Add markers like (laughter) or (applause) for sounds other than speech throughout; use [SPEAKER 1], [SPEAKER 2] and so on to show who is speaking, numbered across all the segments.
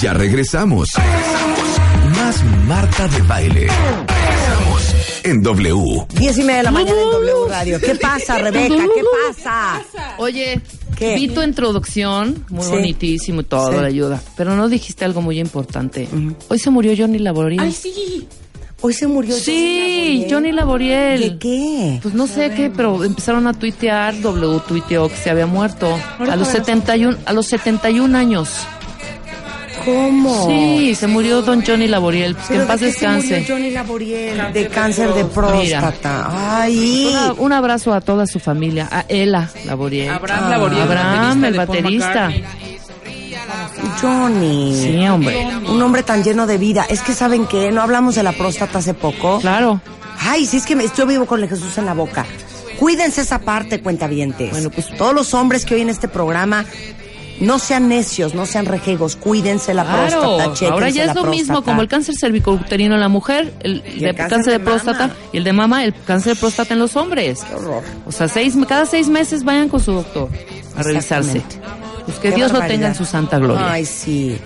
[SPEAKER 1] Ya regresamos. regresamos. Más Marta de Baile. Regresamos en W.
[SPEAKER 2] Diez y media de la mañana en W Radio. ¿Qué pasa, Rebeca? ¿Qué pasa?
[SPEAKER 3] Oye, vi tu introducción, muy
[SPEAKER 2] Sí.
[SPEAKER 3] bonitísimo y todo,
[SPEAKER 2] Sí.
[SPEAKER 3] la ayuda. Pero no dijiste algo muy importante. Hoy se murió Johnny Laboriel.
[SPEAKER 4] Ay, sí.
[SPEAKER 2] Hoy se murió
[SPEAKER 3] sí, Johnny
[SPEAKER 2] Johnny
[SPEAKER 3] Laboriel.
[SPEAKER 2] Laboriel. ¿De qué?
[SPEAKER 3] Pues no sé qué, pero empezaron a tuitear, W tuiteó que se había muerto a los 71, a los 71 años.
[SPEAKER 2] ¿Cómo?
[SPEAKER 3] Sí, se murió Don Johnny Laboriel, pues que
[SPEAKER 2] Pero
[SPEAKER 3] en paz
[SPEAKER 2] ¿de qué se murió
[SPEAKER 3] descanse.
[SPEAKER 2] Johnny Laboriel de cáncer de próstata. Ay.
[SPEAKER 3] Una- un abrazo a toda su familia, a Ela Laboriel.
[SPEAKER 4] Abraham
[SPEAKER 2] Ah,
[SPEAKER 4] Laboriel,
[SPEAKER 3] Abraham, el
[SPEAKER 4] de Paul
[SPEAKER 3] baterista.
[SPEAKER 4] McCartney.
[SPEAKER 2] Johnny.
[SPEAKER 3] Sí, hombre.
[SPEAKER 2] Un hombre tan lleno de vida. Es que, ¿saben qué? No hablamos de la próstata hace poco.
[SPEAKER 3] Claro.
[SPEAKER 2] Ay, si es que me- yo vivo con el Jesús en la boca. Cuídense esa parte, cuentavientes.
[SPEAKER 3] Bueno, pues-
[SPEAKER 2] todos los hombres que hoy en este programa no sean necios, no sean rejegos, cuídense la
[SPEAKER 3] Claro,
[SPEAKER 2] próstata, chéquense
[SPEAKER 3] ahora ya es
[SPEAKER 2] la
[SPEAKER 3] lo mismo
[SPEAKER 2] próstata.
[SPEAKER 3] como el cáncer cervicouterino en la mujer, el,
[SPEAKER 2] Y el
[SPEAKER 3] de-
[SPEAKER 2] cáncer
[SPEAKER 3] cáncer de,
[SPEAKER 2] de
[SPEAKER 3] próstata
[SPEAKER 2] mama.
[SPEAKER 3] y el de mama, el cáncer de próstata en los hombres.
[SPEAKER 2] Qué horror.
[SPEAKER 3] O sea, seis, cada seis meses vayan con su doctor a revisarse.
[SPEAKER 2] Exactamente.
[SPEAKER 3] Pues que
[SPEAKER 2] Qué
[SPEAKER 3] Dios lo
[SPEAKER 2] barbaridad.
[SPEAKER 3] tenga en su santa gloria. Ay,
[SPEAKER 2] Ay, sí.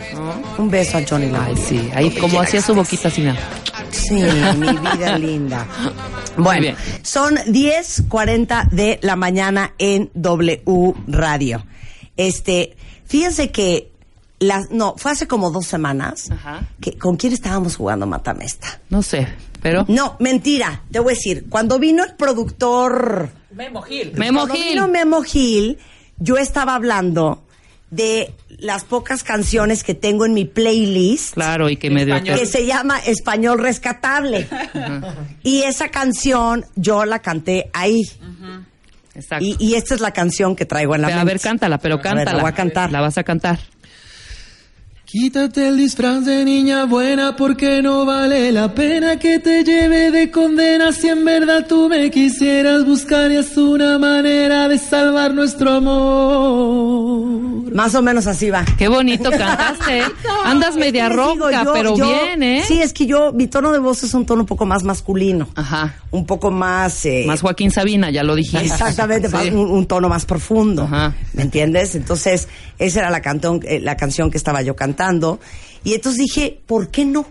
[SPEAKER 2] Un beso a Johnny Laboriel.
[SPEAKER 3] sí, ahí
[SPEAKER 2] Donde
[SPEAKER 3] como
[SPEAKER 2] quiera
[SPEAKER 3] hacía
[SPEAKER 2] que
[SPEAKER 3] su
[SPEAKER 2] estés.
[SPEAKER 3] boquita así, mira.
[SPEAKER 2] Sí, mi
[SPEAKER 3] (laughs)
[SPEAKER 2] vida linda. Bueno,
[SPEAKER 3] bien.
[SPEAKER 2] son 10:40 de la mañana en W Radio. Este, fíjense que las no, fue hace como dos semanas
[SPEAKER 3] Ajá.
[SPEAKER 2] que con quién estábamos jugando Matamesta.
[SPEAKER 3] No sé, pero...
[SPEAKER 2] No, mentira, te voy a decir, cuando vino el productor
[SPEAKER 4] Memo Gil.
[SPEAKER 3] Memo
[SPEAKER 2] cuando
[SPEAKER 3] Gil.
[SPEAKER 2] vino Memo Gil, yo estaba hablando de las pocas canciones que tengo en mi playlist
[SPEAKER 3] Claro, y que me dio...
[SPEAKER 4] Español.
[SPEAKER 2] que se llama Español Rescatable. Y esa canción yo la canté ahí.
[SPEAKER 3] Exacto.
[SPEAKER 2] Y, y esta es la canción que traigo en la
[SPEAKER 3] Pero,
[SPEAKER 2] mente.
[SPEAKER 3] a ver, cántala, pero
[SPEAKER 2] ver, la
[SPEAKER 3] cántala.
[SPEAKER 2] voy a cantar.
[SPEAKER 3] La vas a cantar.
[SPEAKER 5] Quítate el disfraz de niña buena porque no vale la pena que te lleve de condena si en verdad tú me quisieras buscar y es una manera de salvar nuestro amor.
[SPEAKER 2] Más o menos así va. (laughs)
[SPEAKER 3] Qué bonito cantaste. ¿eh? Andas media
[SPEAKER 2] Les digo,
[SPEAKER 3] ronca,
[SPEAKER 2] yo-
[SPEAKER 3] pero
[SPEAKER 2] yo-
[SPEAKER 3] bien, ¿eh?
[SPEAKER 2] Sí, es que yo, mi tono de voz es un tono un poco más masculino.
[SPEAKER 3] Ajá.
[SPEAKER 2] Un poco más... eh, (laughs)
[SPEAKER 3] Más Joaquín Sabina, ya lo dijiste.
[SPEAKER 2] Exactamente,
[SPEAKER 3] Sí.
[SPEAKER 2] más- un, un tono más profundo.
[SPEAKER 3] Ajá.
[SPEAKER 2] ¿Me entiendes? Entonces, esa era la, cantón, eh, la canción que estaba yo cantando. Y entonces dije, ¿por qué no?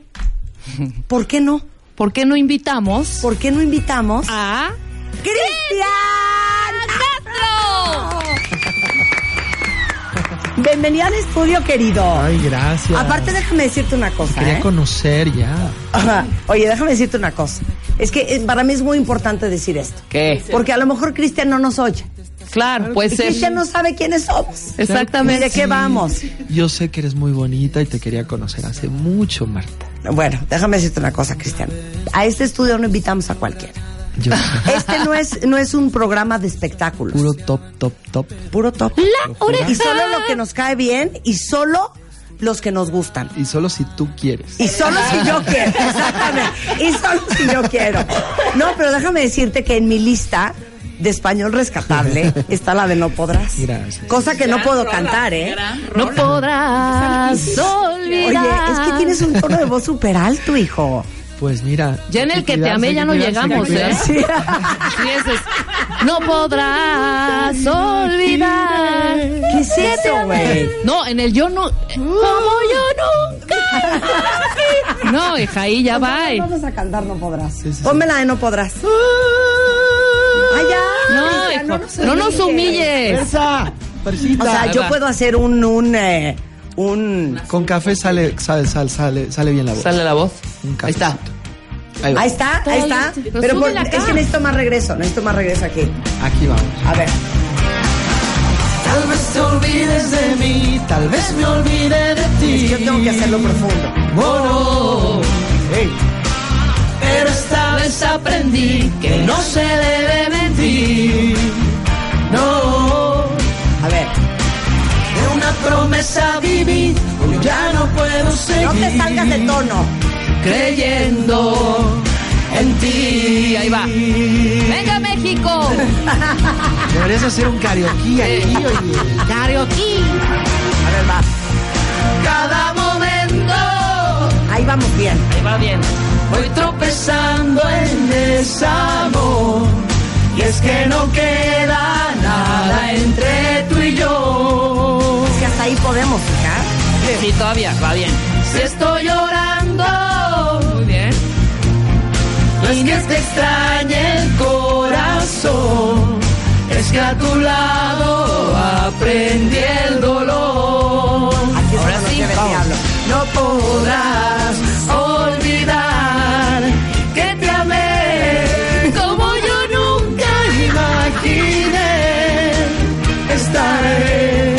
[SPEAKER 2] ¿Por qué no?
[SPEAKER 3] ¿Por qué no invitamos
[SPEAKER 2] ¿Por qué no invitamos
[SPEAKER 3] a
[SPEAKER 2] Cristian Bienvenido al estudio, querido.
[SPEAKER 5] Ay, gracias.
[SPEAKER 2] Aparte, déjame decirte una cosa.
[SPEAKER 5] quería
[SPEAKER 2] ¿eh?
[SPEAKER 5] conocer ya.
[SPEAKER 2] Oye, déjame decirte una cosa. Es que eh, para mí es muy importante decir esto.
[SPEAKER 3] ¿Qué?
[SPEAKER 2] Porque a lo mejor Cristian no nos oye.
[SPEAKER 3] Claro, pues, em, puede
[SPEAKER 2] Y
[SPEAKER 3] ser.
[SPEAKER 2] Cristian no sabe quiénes somos. Ni
[SPEAKER 3] Exactamente.
[SPEAKER 2] de qué vamos.
[SPEAKER 5] Yo sé que eres muy bonita y te quería conocer hace mucho, Marta.
[SPEAKER 2] Bueno, déjame decirte una cosa, Cristian. A este estudio no invitamos a cualquiera.
[SPEAKER 5] Yo
[SPEAKER 3] (laughs)
[SPEAKER 5] sé.
[SPEAKER 2] Este no es, no es un programa de espectáculos.
[SPEAKER 5] Puro top, top, top.
[SPEAKER 2] puro top. Y solo lo que nos cae bien y solo los que nos gustan.
[SPEAKER 5] Y solo si tú quieres.
[SPEAKER 2] Y solo si yo quiero, exactamente. Y solo si yo quiero. No, pero déjame decirte que en mi lista de español rescatable está la de no podrás.
[SPEAKER 5] Gracias.
[SPEAKER 2] Cosa que no puedo cantar, ¿eh?
[SPEAKER 3] No podrás
[SPEAKER 2] Oye,
[SPEAKER 3] olvidar.
[SPEAKER 2] es que tienes un tono de voz súper alto, hijo.
[SPEAKER 5] Pues mira.
[SPEAKER 3] Ya en
[SPEAKER 5] hay
[SPEAKER 3] el que te
[SPEAKER 5] cuidarse,
[SPEAKER 3] amé
[SPEAKER 5] hay
[SPEAKER 3] ya
[SPEAKER 5] que
[SPEAKER 3] no
[SPEAKER 5] cuidarse, hay que
[SPEAKER 3] llegamos, ¿eh?
[SPEAKER 5] cuidarse.
[SPEAKER 2] Sí.
[SPEAKER 3] (laughs) Sí, ese es. No podrás olvidar.
[SPEAKER 2] ¿Qué es eso, güey?
[SPEAKER 3] No, en el yo no. Como yo nunca. No, hija, ahí ya va. eh.
[SPEAKER 2] Vamos a cantar, no podrás.
[SPEAKER 5] Sí, sí, sí.
[SPEAKER 2] Ponme la de no podrás. Ay, ya.
[SPEAKER 3] Ah. No,
[SPEAKER 2] Ya,
[SPEAKER 3] hijo, no nos humilles.
[SPEAKER 5] Esa,
[SPEAKER 2] O
[SPEAKER 5] Parcita.
[SPEAKER 2] sea,
[SPEAKER 3] Ahí
[SPEAKER 2] yo
[SPEAKER 3] va.
[SPEAKER 2] puedo hacer un, un, eh, un...
[SPEAKER 5] Con café sale, sale, sale, sale, sale bien la voz.
[SPEAKER 3] Sale la voz.
[SPEAKER 5] Un
[SPEAKER 3] Ahí está.
[SPEAKER 5] cafecito. Ahí va.
[SPEAKER 2] Ahí está, ahí está.
[SPEAKER 3] Pero
[SPEAKER 2] Pero por-
[SPEAKER 3] súbela acá.
[SPEAKER 2] es que necesito más regreso, necesito más regreso aquí.
[SPEAKER 5] Aquí vamos.
[SPEAKER 2] A ver.
[SPEAKER 5] Tal vez te olvides de mí, tal vez me olvide de ti.
[SPEAKER 2] Yo tengo que hacerlo profundo.
[SPEAKER 5] Mono. Pero esta
[SPEAKER 3] Pues aprendí que no se debe mentir.
[SPEAKER 5] no.
[SPEAKER 2] A ver.
[SPEAKER 5] De una promesa viví, hoy ya no puedo seguir.
[SPEAKER 2] No te salgas de tono.
[SPEAKER 3] creyendo en ti. Ahí va. Venga México.
[SPEAKER 5] Deberías hacer un karaoke aquí, oye.
[SPEAKER 3] Karaoke.
[SPEAKER 2] A ver, va.
[SPEAKER 3] Cada momento.
[SPEAKER 2] Ahí vamos bien.
[SPEAKER 3] Ahí va bien. Voy tropezando en desamor. Y es que no queda nada entre tú y yo.
[SPEAKER 2] Es que hasta ahí podemos, hija. adelante.
[SPEAKER 3] Sí, todavía, va bien. Si estoy llorando. Muy bien.
[SPEAKER 5] No es que te extrañe el corazón, es que a tu lado aprendí el dolor.
[SPEAKER 2] Aquí
[SPEAKER 3] Ahora
[SPEAKER 2] se
[SPEAKER 3] sí,
[SPEAKER 2] conoce el
[SPEAKER 3] vamos.
[SPEAKER 2] diablo.
[SPEAKER 5] No podrás olvidar que te amé como yo nunca imaginé. Estaré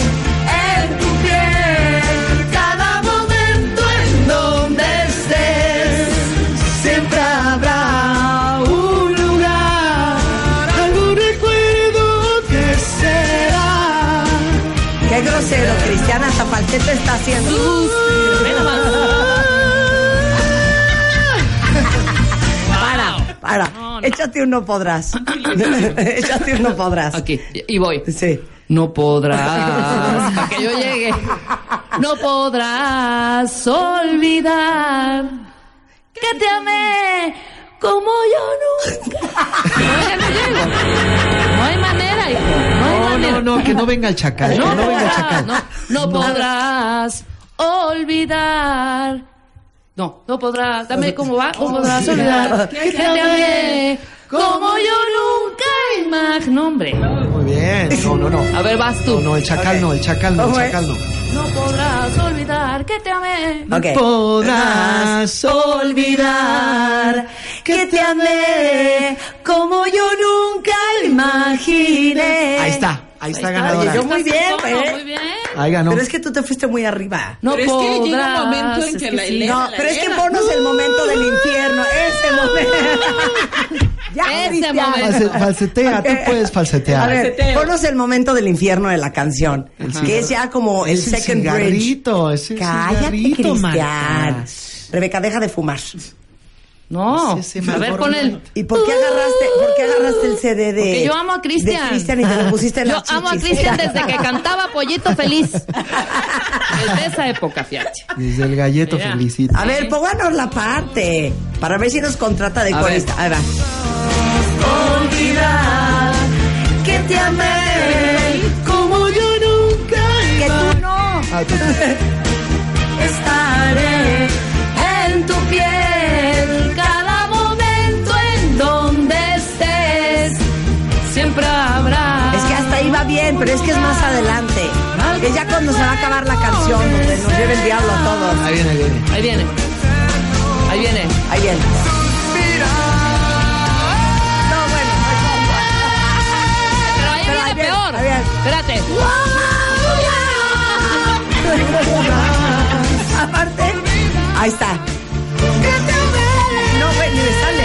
[SPEAKER 5] en tu piel cada momento en donde estés. Siempre habrá un lugar, algún recuerdo que será.
[SPEAKER 2] Qué grosero, Cristiana Zapalteta está haciendo.
[SPEAKER 5] (laughs)
[SPEAKER 3] Para.
[SPEAKER 2] Para,
[SPEAKER 3] No, no.
[SPEAKER 2] échate un no podrás. (laughs) échate un no podrás.
[SPEAKER 3] Aquí, y voy.
[SPEAKER 2] Sí.
[SPEAKER 3] No podrás. (laughs) Para que yo llegue. No podrás olvidar que te amé como yo nunca. No, ya no llego. No hay manera, hijo. No hay
[SPEAKER 5] No,
[SPEAKER 3] manera.
[SPEAKER 5] no, no, que no venga el chacal, que no venga el chacal.
[SPEAKER 3] no, no podrás olvidar. No, no podrás. Dame cómo va, no podrás olvidar. Que te amé como yo nunca imag. No, hombre.
[SPEAKER 5] Muy bien, no, no, no.
[SPEAKER 3] A ver, vas tú.
[SPEAKER 5] No, no, el chacal no, el chacal no, el chacal no.
[SPEAKER 3] No podrás olvidar que te amé.
[SPEAKER 2] Ok.
[SPEAKER 5] Podrás olvidar
[SPEAKER 2] que te amé como yo nunca imaginé.
[SPEAKER 5] Ahí está, ahí está
[SPEAKER 2] Oye,
[SPEAKER 5] ganadora.
[SPEAKER 2] yo muy bien,
[SPEAKER 3] Exacto,
[SPEAKER 2] ¿eh?
[SPEAKER 3] Muy bien.
[SPEAKER 5] Ahí ganó.
[SPEAKER 2] Pero es que tú te fuiste muy arriba.
[SPEAKER 3] No
[SPEAKER 4] Pero es
[SPEAKER 3] podrás.
[SPEAKER 4] que llega un momento en
[SPEAKER 3] es
[SPEAKER 4] que la
[SPEAKER 3] sí.
[SPEAKER 4] Elena-
[SPEAKER 2] No,
[SPEAKER 4] la
[SPEAKER 2] pero es que
[SPEAKER 4] llena.
[SPEAKER 2] ponos el momento del infierno, ese momento. (laughs)
[SPEAKER 3] Ese
[SPEAKER 2] Cristiana.
[SPEAKER 3] momento.
[SPEAKER 5] False- falsetea, tú puedes
[SPEAKER 2] A
[SPEAKER 5] falsetear.
[SPEAKER 2] ver,
[SPEAKER 4] Falseteo.
[SPEAKER 2] ponos el momento del infierno de la canción, que es ya como el
[SPEAKER 5] Es el
[SPEAKER 2] second bridge.
[SPEAKER 5] cigarrito, es el
[SPEAKER 2] Cállate,
[SPEAKER 5] cigarrito,
[SPEAKER 2] Cristian.
[SPEAKER 5] Marta.
[SPEAKER 2] Rebeca, deja de fumar.
[SPEAKER 3] No.
[SPEAKER 5] Ese es el
[SPEAKER 3] A ver,
[SPEAKER 5] mejor
[SPEAKER 3] pon el.
[SPEAKER 2] ¿Y por qué agarraste, por qué agarraste el CD de
[SPEAKER 3] Porque yo amo a Cristian.
[SPEAKER 2] de Cristian y te
[SPEAKER 3] (laughs)
[SPEAKER 2] lo pusiste en
[SPEAKER 3] Yo
[SPEAKER 2] las
[SPEAKER 3] amo a
[SPEAKER 2] chichis?
[SPEAKER 3] Cristian
[SPEAKER 2] (laughs)
[SPEAKER 3] desde que cantaba Pollito Feliz. Desde esa época, fíjate.
[SPEAKER 5] Desde el galleto
[SPEAKER 3] Mira.
[SPEAKER 5] felicito.
[SPEAKER 2] A ver, pónganos la parte para ver si nos contrata de
[SPEAKER 3] A
[SPEAKER 2] corista. Ahí va. que te amé,
[SPEAKER 5] Como yo nunca
[SPEAKER 2] que tú no
[SPEAKER 3] Estaré en tu piel cada momento en donde estés. Siempre habrá.
[SPEAKER 2] Es que hasta ahí va bien, pero es que es más adelante. Es ya cuando se va a acabar la canción, donde nos lleve el diablo a todos.
[SPEAKER 5] Ahí viene, ahí viene.
[SPEAKER 3] Ahí viene. Ahí viene.
[SPEAKER 2] Ahí viene. No, bueno,
[SPEAKER 3] Pero ahí
[SPEAKER 2] Pero
[SPEAKER 3] viene
[SPEAKER 2] ahí viene,
[SPEAKER 3] peor.
[SPEAKER 2] ahí viene.
[SPEAKER 3] Espérate.
[SPEAKER 2] ay, Aparte, ahí está. No, güey, ni me sale.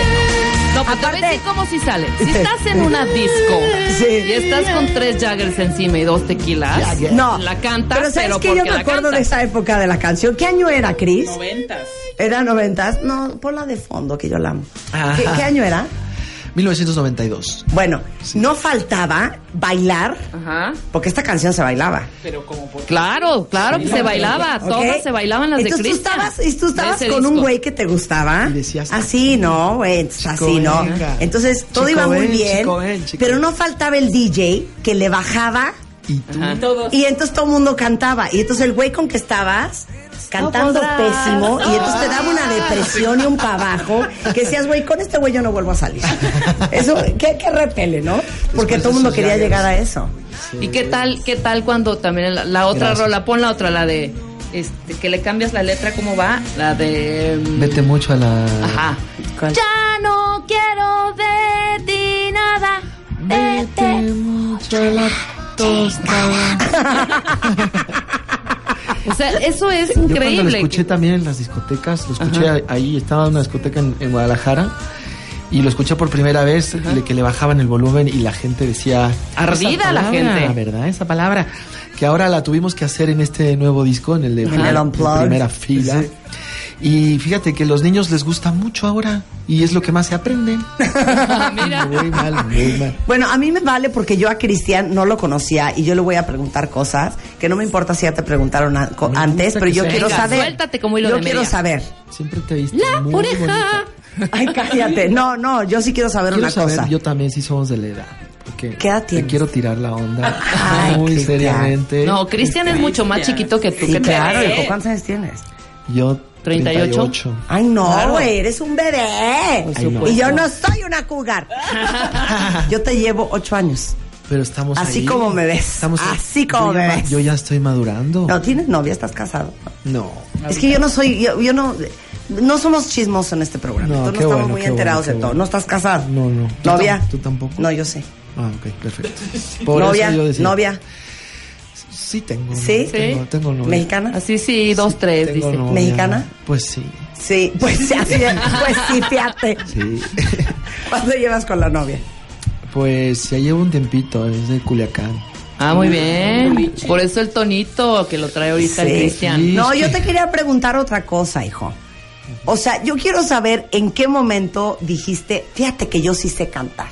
[SPEAKER 3] No, pues te voy a decir cómo si sale. Si estás en una disco
[SPEAKER 2] Sí.
[SPEAKER 3] y estás con tres Jaggers encima y dos tequilas,
[SPEAKER 2] No.
[SPEAKER 3] la canta,
[SPEAKER 2] Pero
[SPEAKER 3] pero,
[SPEAKER 2] sabes que
[SPEAKER 3] porque
[SPEAKER 2] yo me
[SPEAKER 3] la
[SPEAKER 2] acuerdo
[SPEAKER 3] canta.
[SPEAKER 2] de esa época de la canción. ¿Qué año era, Cris?
[SPEAKER 4] Noventas.
[SPEAKER 2] ¿Era noventas? No, ponla de fondo, que yo la amo.
[SPEAKER 5] Ajá.
[SPEAKER 2] ¿Qué, qué año era?
[SPEAKER 5] 1992.
[SPEAKER 2] Bueno, no faltaba bailar,
[SPEAKER 3] Ajá.
[SPEAKER 2] porque esta canción se bailaba.
[SPEAKER 4] Pero como por
[SPEAKER 3] Claro, claro, pues se bailaba,
[SPEAKER 2] ¿ok?
[SPEAKER 3] todas se bailaban las
[SPEAKER 2] Entonces
[SPEAKER 3] de
[SPEAKER 2] tú
[SPEAKER 3] Cristian.
[SPEAKER 2] estabas, y tú estabas
[SPEAKER 3] De ese
[SPEAKER 2] con un
[SPEAKER 3] disco.
[SPEAKER 2] güey que te gustaba.
[SPEAKER 5] Y decías, "Ah,
[SPEAKER 2] así, no, güey, entonces,
[SPEAKER 5] Chico,
[SPEAKER 2] así, no.
[SPEAKER 5] venga.
[SPEAKER 2] Entonces todo
[SPEAKER 5] Chico,
[SPEAKER 2] iba muy
[SPEAKER 5] ven,
[SPEAKER 2] bien,
[SPEAKER 5] chico, ven, chico.
[SPEAKER 2] pero no faltaba el DJ que le bajaba
[SPEAKER 5] Y tú.
[SPEAKER 3] Ajá.
[SPEAKER 4] todos.
[SPEAKER 2] y entonces todo el mundo cantaba. Y entonces el güey con que estabas cantando
[SPEAKER 3] No podrás.
[SPEAKER 2] pésimo y entonces te daba una depresión y un pa' abajo que decías, güey, con este güey yo no vuelvo a salir. Eso, que, que repele, ¿no? Porque
[SPEAKER 5] Después
[SPEAKER 2] todo el mundo
[SPEAKER 5] de esos
[SPEAKER 2] quería
[SPEAKER 5] llaves.
[SPEAKER 2] llegar a eso.
[SPEAKER 3] ¿Y qué tal, qué tal cuando también la, la otra
[SPEAKER 5] Gracias.
[SPEAKER 3] rola, pon la otra, la de este, que le cambias la letra, ¿cómo va? La de... mm,
[SPEAKER 5] Vete mucho a la.
[SPEAKER 3] Ajá. Ya no quiero de ti nada.
[SPEAKER 5] Vete mucho a la tostada.
[SPEAKER 3] O sea, eso es
[SPEAKER 5] Yo cuando lo
[SPEAKER 3] increíble.
[SPEAKER 5] escuché también en las discotecas, lo escuché
[SPEAKER 3] Ajá.
[SPEAKER 5] ahí, estaba en una discoteca en, en Guadalajara y lo escuché por primera vez, le- que le bajaban el volumen y la gente decía...
[SPEAKER 3] Ardida
[SPEAKER 5] "Esa
[SPEAKER 3] la
[SPEAKER 5] palabra,
[SPEAKER 3] gente.
[SPEAKER 5] ¿Verdad? Esa palabra. Que ahora la tuvimos que hacer en este nuevo disco, en el de
[SPEAKER 2] En
[SPEAKER 5] pri-
[SPEAKER 2] el
[SPEAKER 5] de
[SPEAKER 2] Unplugged.
[SPEAKER 5] primera fila. Y fíjate que los niños les gusta mucho ahora y es lo que más se aprenden.
[SPEAKER 3] (laughs) Mira.
[SPEAKER 5] Muy mal, muy mal.
[SPEAKER 2] Bueno, a mí me vale porque yo a Cristian no lo conocía y yo le voy a preguntar cosas que no me importa si ya te preguntaron a- co-
[SPEAKER 5] Me
[SPEAKER 2] antes,
[SPEAKER 5] gusta
[SPEAKER 2] pero
[SPEAKER 5] que
[SPEAKER 2] yo
[SPEAKER 5] sea.
[SPEAKER 2] quiero
[SPEAKER 3] Venga,
[SPEAKER 2] saber.
[SPEAKER 3] suéltate como hilo
[SPEAKER 2] yo
[SPEAKER 3] de
[SPEAKER 2] quiero
[SPEAKER 3] media. (laughs)
[SPEAKER 2] saber.
[SPEAKER 5] Siempre te viste
[SPEAKER 3] La
[SPEAKER 5] muy
[SPEAKER 3] oreja.
[SPEAKER 5] bonita.
[SPEAKER 2] Ay, cállate. No, no, yo sí quiero saber
[SPEAKER 5] Quiero
[SPEAKER 2] una
[SPEAKER 5] saber,
[SPEAKER 2] cosa.
[SPEAKER 5] yo también sí somos de la edad. Porque
[SPEAKER 2] ¿Qué edad
[SPEAKER 5] te
[SPEAKER 2] tienes?
[SPEAKER 5] quiero tirar la onda
[SPEAKER 2] Ay, qué
[SPEAKER 5] muy
[SPEAKER 2] tal.
[SPEAKER 5] seriamente.
[SPEAKER 3] No, Cristian es mucho más chiquito que tú.
[SPEAKER 2] Sí,
[SPEAKER 3] que te-
[SPEAKER 2] claro,
[SPEAKER 3] ¿eh?
[SPEAKER 2] hijo, ¿cuántos años tienes?
[SPEAKER 5] Yo
[SPEAKER 3] 38.
[SPEAKER 5] 38.
[SPEAKER 2] Ay, no,
[SPEAKER 3] Claro.
[SPEAKER 2] güey, eres un bebé.
[SPEAKER 5] Por supuesto.
[SPEAKER 2] Y yo no soy una
[SPEAKER 5] (laughs)
[SPEAKER 2] cougar. yo te llevo ocho años.
[SPEAKER 5] Pero estamos
[SPEAKER 2] Así
[SPEAKER 5] ahí.
[SPEAKER 2] como me ves.
[SPEAKER 5] Estamos ahí.
[SPEAKER 2] Así como
[SPEAKER 5] Yo ya
[SPEAKER 2] me
[SPEAKER 5] ma-
[SPEAKER 2] ves.
[SPEAKER 5] Yo ya estoy madurando.
[SPEAKER 2] No, tienes novia, estás casado.
[SPEAKER 5] No.
[SPEAKER 2] Es que yo no soy, yo, yo no, no somos chismosos en este programa.
[SPEAKER 5] No,
[SPEAKER 2] Entonces no
[SPEAKER 5] qué
[SPEAKER 2] estamos
[SPEAKER 5] bueno,
[SPEAKER 2] muy
[SPEAKER 5] qué
[SPEAKER 2] enterados
[SPEAKER 5] bueno, qué
[SPEAKER 2] de todo.
[SPEAKER 5] bueno.
[SPEAKER 2] No estás casado.
[SPEAKER 5] No, no. ¿Tú
[SPEAKER 2] Novia.
[SPEAKER 5] tam- tú tampoco?
[SPEAKER 2] No, yo sé.
[SPEAKER 5] Ah, ok, perfecto.
[SPEAKER 2] (laughs)
[SPEAKER 5] Por eso
[SPEAKER 2] novia,
[SPEAKER 5] yo decía-
[SPEAKER 2] novia,
[SPEAKER 5] Sí tengo.
[SPEAKER 2] ¿Sí?
[SPEAKER 5] Tengo, tengo novia.
[SPEAKER 2] mexicana.
[SPEAKER 3] Así sí, dos, tres,
[SPEAKER 5] Tengo
[SPEAKER 3] dice.
[SPEAKER 5] novia.
[SPEAKER 2] ¿Mexicana?
[SPEAKER 5] Pues sí.
[SPEAKER 2] Sí, pues sí, así es. Pues sí, fíjate.
[SPEAKER 5] Sí. (laughs)
[SPEAKER 2] ¿Cuánto llevas con la novia?
[SPEAKER 5] pues ya llevo un tiempito, es de Culiacán.
[SPEAKER 3] Ah, muy bien. Por eso el tonito que lo trae ahorita el
[SPEAKER 2] Sí.
[SPEAKER 3] Cristian.
[SPEAKER 5] Sí.
[SPEAKER 2] No, yo te quería preguntar otra cosa, hijo. O sea, yo quiero saber en qué momento dijiste, fíjate que yo sí sé cantar.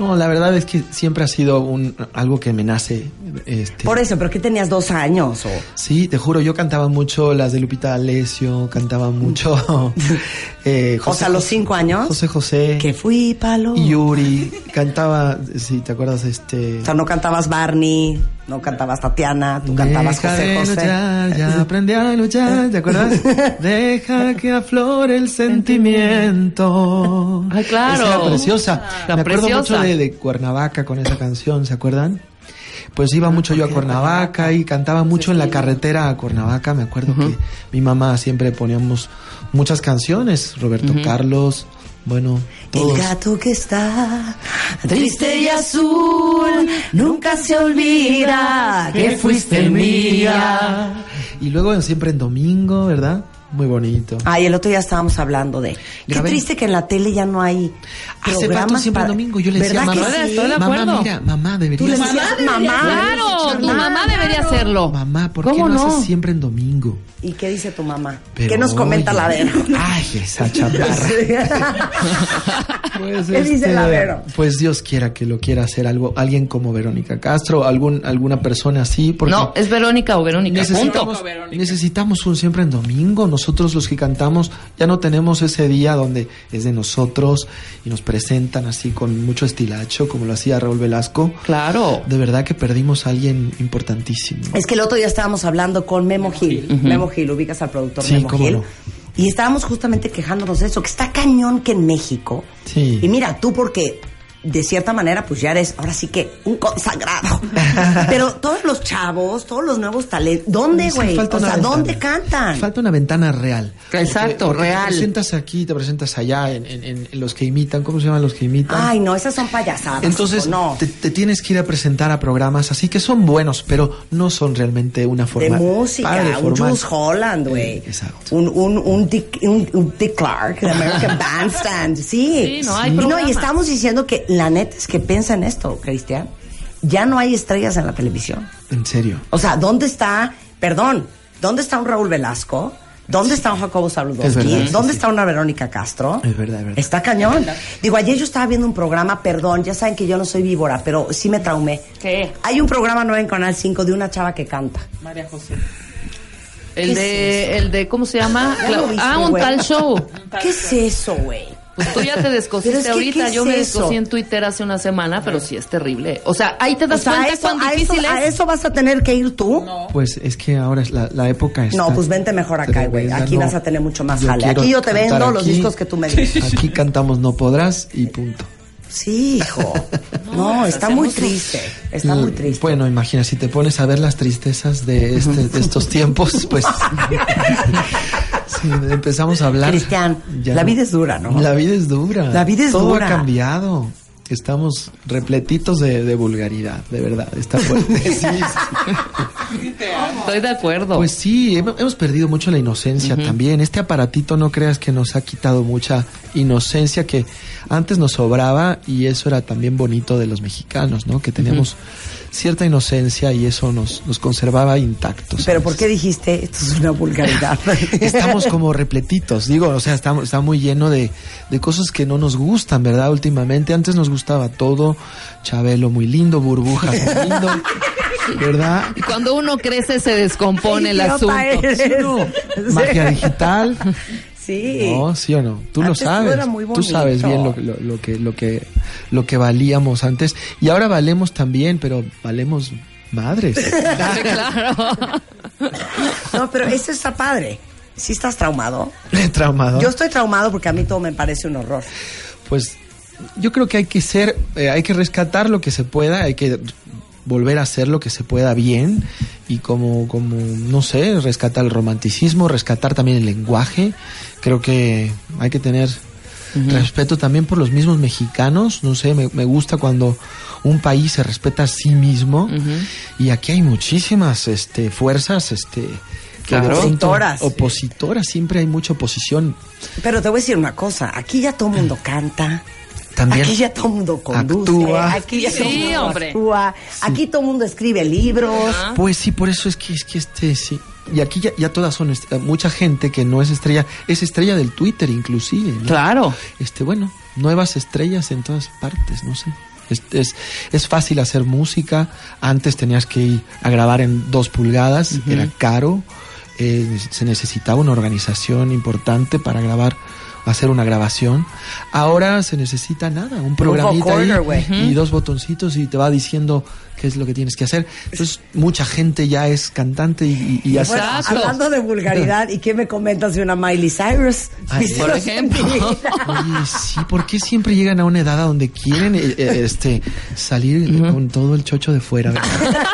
[SPEAKER 5] No, la verdad es que siempre ha sido un algo que me nace. Este,
[SPEAKER 2] Por eso, pero que tenías dos años o
[SPEAKER 5] Sí, te juro, yo cantaba mucho las de Lupita D'Alessio, cantaba
[SPEAKER 2] (laughs)
[SPEAKER 5] mucho. (laughs) eh,
[SPEAKER 2] O sea, los cinco años.
[SPEAKER 5] José José.
[SPEAKER 2] que fui palo.
[SPEAKER 5] y Yuri. Cantaba, si te acuerdas, este.
[SPEAKER 2] O sea, no cantabas Barney, no cantabas Tatiana, tú cantabas
[SPEAKER 5] Deja
[SPEAKER 2] José
[SPEAKER 5] de luchar,
[SPEAKER 2] José. (laughs)
[SPEAKER 5] ya aprendí a luchar, ¿te acuerdas? Deja que aflore el sentimiento.
[SPEAKER 3] Ay, claro.
[SPEAKER 5] Esa era preciosa.
[SPEAKER 3] La
[SPEAKER 5] Me acuerdo
[SPEAKER 3] preciosa.
[SPEAKER 5] mucho de, de Cuernavaca con esa canción, ¿se acuerdan? Pues
[SPEAKER 2] Ah,
[SPEAKER 5] iba mucho yo a Cuernavaca y cantaba mucho en la carretera a Cuernavaca. Me acuerdo que mi mamá siempre poníamos muchas canciones, Roberto Carlos, bueno,
[SPEAKER 2] El
[SPEAKER 5] todos.
[SPEAKER 2] gato que está triste y azul nunca se olvida que fuiste mía.
[SPEAKER 5] Y luego siempre en domingo, ¿verdad? Muy bonito.
[SPEAKER 2] Ay, el otro día estábamos hablando de. Qué
[SPEAKER 5] Grabé-
[SPEAKER 2] triste que en la tele ya no hay.
[SPEAKER 5] Hace
[SPEAKER 2] programas
[SPEAKER 5] rato siempre
[SPEAKER 2] para-
[SPEAKER 5] domingo yo le decía
[SPEAKER 2] ¿Verdad
[SPEAKER 5] mamá,
[SPEAKER 2] que sí?
[SPEAKER 3] Estoy de
[SPEAKER 5] mamá,
[SPEAKER 3] acuerdo.
[SPEAKER 5] mira,
[SPEAKER 2] Tú
[SPEAKER 5] mamá
[SPEAKER 2] le
[SPEAKER 5] debería
[SPEAKER 2] decías, mamá.
[SPEAKER 3] Claro, tu mamá debería hacerlo.
[SPEAKER 5] mamá, ¿por qué
[SPEAKER 3] ¿Cómo
[SPEAKER 5] no,
[SPEAKER 3] no?
[SPEAKER 5] haces siempre en domingo?
[SPEAKER 2] ¿Y qué dice tu mamá?
[SPEAKER 5] Pero,
[SPEAKER 2] ¿Qué nos comenta
[SPEAKER 5] oye,
[SPEAKER 2] la Vero?
[SPEAKER 5] Ay, esa chaparra.
[SPEAKER 2] (laughs)
[SPEAKER 5] (laughs) Pues,
[SPEAKER 2] ¿Qué dice
[SPEAKER 5] este,
[SPEAKER 2] la Vero?
[SPEAKER 5] Pues Dios quiera que lo quiera hacer algo, alguien como Verónica Castro, algún, alguna persona así, porque eh,
[SPEAKER 3] No, es Verónica o Verónica. Punto.
[SPEAKER 5] necesitamos, necesitamos un siempre en domingo. Nosotros los que cantamos ya no tenemos ese día donde es de nosotros y nos presentan así con mucho estilacho, como lo hacía Raúl Velasco.
[SPEAKER 3] Claro.
[SPEAKER 5] De verdad que perdimos a alguien importantísimo.
[SPEAKER 2] Es que el otro día estábamos hablando con Memo Gil. Memo Gil, ubicas al productor
[SPEAKER 5] Sí,
[SPEAKER 2] Memo
[SPEAKER 5] cómo
[SPEAKER 2] Gil.
[SPEAKER 5] no.
[SPEAKER 2] Y estábamos justamente quejándonos de eso, que está cañón que en México.
[SPEAKER 5] Sí.
[SPEAKER 2] Y mira, tú porque de cierta manera pues ya eres ahora sí que un
[SPEAKER 5] (laughs)
[SPEAKER 2] consagrado. Pero todos los chavos, todos los nuevos talentos, ¿dónde,
[SPEAKER 5] Sí,
[SPEAKER 2] güey?
[SPEAKER 5] falta
[SPEAKER 2] o
[SPEAKER 5] una
[SPEAKER 2] sea,
[SPEAKER 5] ventana.
[SPEAKER 2] ¿dónde cantan?
[SPEAKER 5] Falta una ventana real.
[SPEAKER 3] Exacto, real.
[SPEAKER 5] Te presentas aquí, te presentas allá, en, en- en- en los que imitan, ¿cómo se llaman los que imitan?
[SPEAKER 2] Ay, no, esas son payasadas.
[SPEAKER 5] Entonces,
[SPEAKER 2] hijo, no.
[SPEAKER 5] te, te tienes que ir a presentar a programas así que son buenos, pero no son realmente una
[SPEAKER 2] de
[SPEAKER 5] forma
[SPEAKER 2] música,
[SPEAKER 5] padre,
[SPEAKER 2] un
[SPEAKER 5] formal.
[SPEAKER 2] Jules Holland, güey.
[SPEAKER 5] Eh, exacto.
[SPEAKER 2] Un, un, un, Dick, un, un Dick Clark, de
[SPEAKER 5] (laughs)
[SPEAKER 2] American Bandstand. Sí.
[SPEAKER 3] Sí, no hay
[SPEAKER 2] No,
[SPEAKER 3] programa.
[SPEAKER 2] y estamos diciendo que la neta es que piensa en esto, Cristian. Ya no hay estrellas en la televisión.
[SPEAKER 5] En serio.
[SPEAKER 2] O sea, ¿dónde está, perdón, dónde está un Raúl Velasco? ¿Dónde está un Jacobo
[SPEAKER 5] Es
[SPEAKER 2] Saludowski?
[SPEAKER 5] verdad, sí,
[SPEAKER 2] ¿Dónde
[SPEAKER 5] sí.
[SPEAKER 2] está una Verónica Castro?
[SPEAKER 5] Es verdad, es verdad.
[SPEAKER 2] Está cañón. Digo, ayer yo estaba viendo un programa, perdón, ya saben que yo no soy víbora, pero sí me traumé.
[SPEAKER 3] ¿Qué?
[SPEAKER 2] Hay un programa nuevo en Canal 5 de una chava que canta.
[SPEAKER 3] El
[SPEAKER 2] ¿Qué
[SPEAKER 3] de, el de, ¿cómo se llama?
[SPEAKER 2] Ya lo
[SPEAKER 3] Cla-
[SPEAKER 2] viste,
[SPEAKER 3] ah, un
[SPEAKER 2] güey.
[SPEAKER 3] tal show.
[SPEAKER 2] ¿Qué es eso, güey?
[SPEAKER 3] Pues tú ya te descosiste
[SPEAKER 2] (laughs) Pero es que,
[SPEAKER 3] ahorita.
[SPEAKER 2] ¿qué es
[SPEAKER 3] Yo me
[SPEAKER 2] eso?
[SPEAKER 3] descosí en Twitter hace una semana, pero sí es terrible. O sea, ahí te
[SPEAKER 2] O
[SPEAKER 3] das
[SPEAKER 2] sea, a
[SPEAKER 3] cuenta
[SPEAKER 2] eso,
[SPEAKER 3] cuán
[SPEAKER 2] a eso-
[SPEAKER 3] difícil
[SPEAKER 2] a
[SPEAKER 3] es.
[SPEAKER 2] eso vas a tener que ir tú.
[SPEAKER 5] Pues es que ahora es la, la época está
[SPEAKER 2] No, pues vente mejor acá, güey.
[SPEAKER 5] tremenda,
[SPEAKER 2] Aquí
[SPEAKER 5] no.
[SPEAKER 2] vas a tener mucho más
[SPEAKER 5] Yo
[SPEAKER 2] jale.
[SPEAKER 5] quiero
[SPEAKER 2] Aquí yo te
[SPEAKER 5] cantar
[SPEAKER 2] vendo los
[SPEAKER 5] aquí.
[SPEAKER 2] discos que tú
[SPEAKER 5] (laughs)
[SPEAKER 2] me dices.
[SPEAKER 5] Aquí cantamos No Podrás y punto.
[SPEAKER 2] Sí,
[SPEAKER 3] (laughs)
[SPEAKER 2] hijo. No, está muy triste. Está
[SPEAKER 5] Mm,
[SPEAKER 2] muy triste.
[SPEAKER 5] Bueno, imagina, si te pones a ver las tristezas de, este- de estos tiempos,
[SPEAKER 2] (laughs)
[SPEAKER 5] pues si empezamos a hablar.
[SPEAKER 2] Cristian,
[SPEAKER 5] ya
[SPEAKER 2] la
[SPEAKER 5] no-
[SPEAKER 2] vida es dura, ¿no?
[SPEAKER 5] La vida es dura.
[SPEAKER 2] La vida es dura.
[SPEAKER 5] Todo ha cambiado. Estamos repletitos de, de vulgaridad, de verdad. Está fuerte.
[SPEAKER 2] (laughs)
[SPEAKER 5] Sí, sí.
[SPEAKER 3] Estoy de
[SPEAKER 2] Oh.
[SPEAKER 3] acuerdo.
[SPEAKER 5] Pues sí, hem- hemos perdido mucho la inocencia también. Este aparatito no creas que nos ha quitado mucha inocencia que antes nos sobraba y eso era también bonito de los mexicanos, ¿no? Que tenemos cierta inocencia y eso nos, nos conservaba intactos.
[SPEAKER 2] Pero
[SPEAKER 5] ¿sabes?
[SPEAKER 2] ¿por qué dijiste esto es una vulgaridad?
[SPEAKER 5] (laughs) Estamos como repletitos, digo, o sea, estamos, está muy lleno de, de cosas que no nos gustan, ¿verdad? Últimamente, antes nos gustaba todo, Chabelo muy lindo, Burbujas muy
[SPEAKER 2] (laughs)
[SPEAKER 5] lindo, ¿verdad?
[SPEAKER 2] (laughs)
[SPEAKER 3] Y cuando uno crece se descompone el
[SPEAKER 2] Idiota
[SPEAKER 3] asunto.
[SPEAKER 2] eres. (laughs)
[SPEAKER 5] No, magia digital,
[SPEAKER 2] Sí.
[SPEAKER 5] No, sí o no.
[SPEAKER 2] Antes
[SPEAKER 5] Tú lo
[SPEAKER 2] todo
[SPEAKER 5] sabes.
[SPEAKER 2] era muy
[SPEAKER 5] Tú sabes bien lo,
[SPEAKER 2] bonito.
[SPEAKER 5] lo- lo que, lo, que, lo que valíamos antes. Y ahora valemos también, pero valemos
[SPEAKER 2] (laughs)
[SPEAKER 5] madres.
[SPEAKER 3] claro.
[SPEAKER 2] No, pero eso está padre. ¿Sí estás traumado?
[SPEAKER 5] Traumado.
[SPEAKER 2] Yo estoy traumado porque a mí todo me parece un horror.
[SPEAKER 5] pues yo creo que hay que ser, eh, hay que rescatar lo que se pueda, hay que volver a hacer lo que se pueda bien y como, como no sé, rescatar el romanticismo, rescatar también el lenguaje. Creo que hay que tener respeto también por los mismos mexicanos. No sé, me, me gusta cuando un país se respeta a sí mismo y aquí hay muchísimas este, fuerzas, este. que de
[SPEAKER 2] Claro.
[SPEAKER 5] pronto-
[SPEAKER 2] Opositoras.
[SPEAKER 5] Opositoras, siempre hay mucha oposición.
[SPEAKER 2] Pero te voy a decir una cosa. Aquí ya todo el mundo canta.
[SPEAKER 5] Mm. También.
[SPEAKER 2] Aquí ya todo el mundo conduce.
[SPEAKER 5] Actúa.
[SPEAKER 2] Aquí ya
[SPEAKER 3] Sí,
[SPEAKER 2] todo el mundo
[SPEAKER 3] hombre.
[SPEAKER 2] actúa. Aquí todo el mundo escribe libros.
[SPEAKER 5] Pues sí, por eso es que es que este sí. Y aquí ya, ya todas son est- mucha gente que no es estrella, es estrella del Twitter inclusive. ¿no?
[SPEAKER 3] Claro.
[SPEAKER 5] Este bueno, nuevas estrellas en todas partes, no sé. Es, es, es fácil hacer música. Antes tenías que ir a grabar en dos pulgadas, era caro. eh, se necesitaba una organización importante para grabar, hacer una grabación. Ahora se necesita nada, un programita ahí
[SPEAKER 2] vocoder, güey.
[SPEAKER 5] y dos botoncitos y te va diciendo qué es lo que tienes que hacer. Entonces, mucha gente ya es cantante y, y- y hace-
[SPEAKER 2] Bueno,
[SPEAKER 3] Exacto.
[SPEAKER 2] hablando de vulgaridad, ¿y qué me comentas de una Miley Cyrus?
[SPEAKER 5] Ay,
[SPEAKER 2] ¿Viste
[SPEAKER 5] por
[SPEAKER 2] los
[SPEAKER 3] ejemplo.
[SPEAKER 2] videos?
[SPEAKER 5] Oye, sí, ¿por qué siempre llegan a una edad a donde quieren eh, eh, este salir con todo el chocho de fuera? ¿verdad?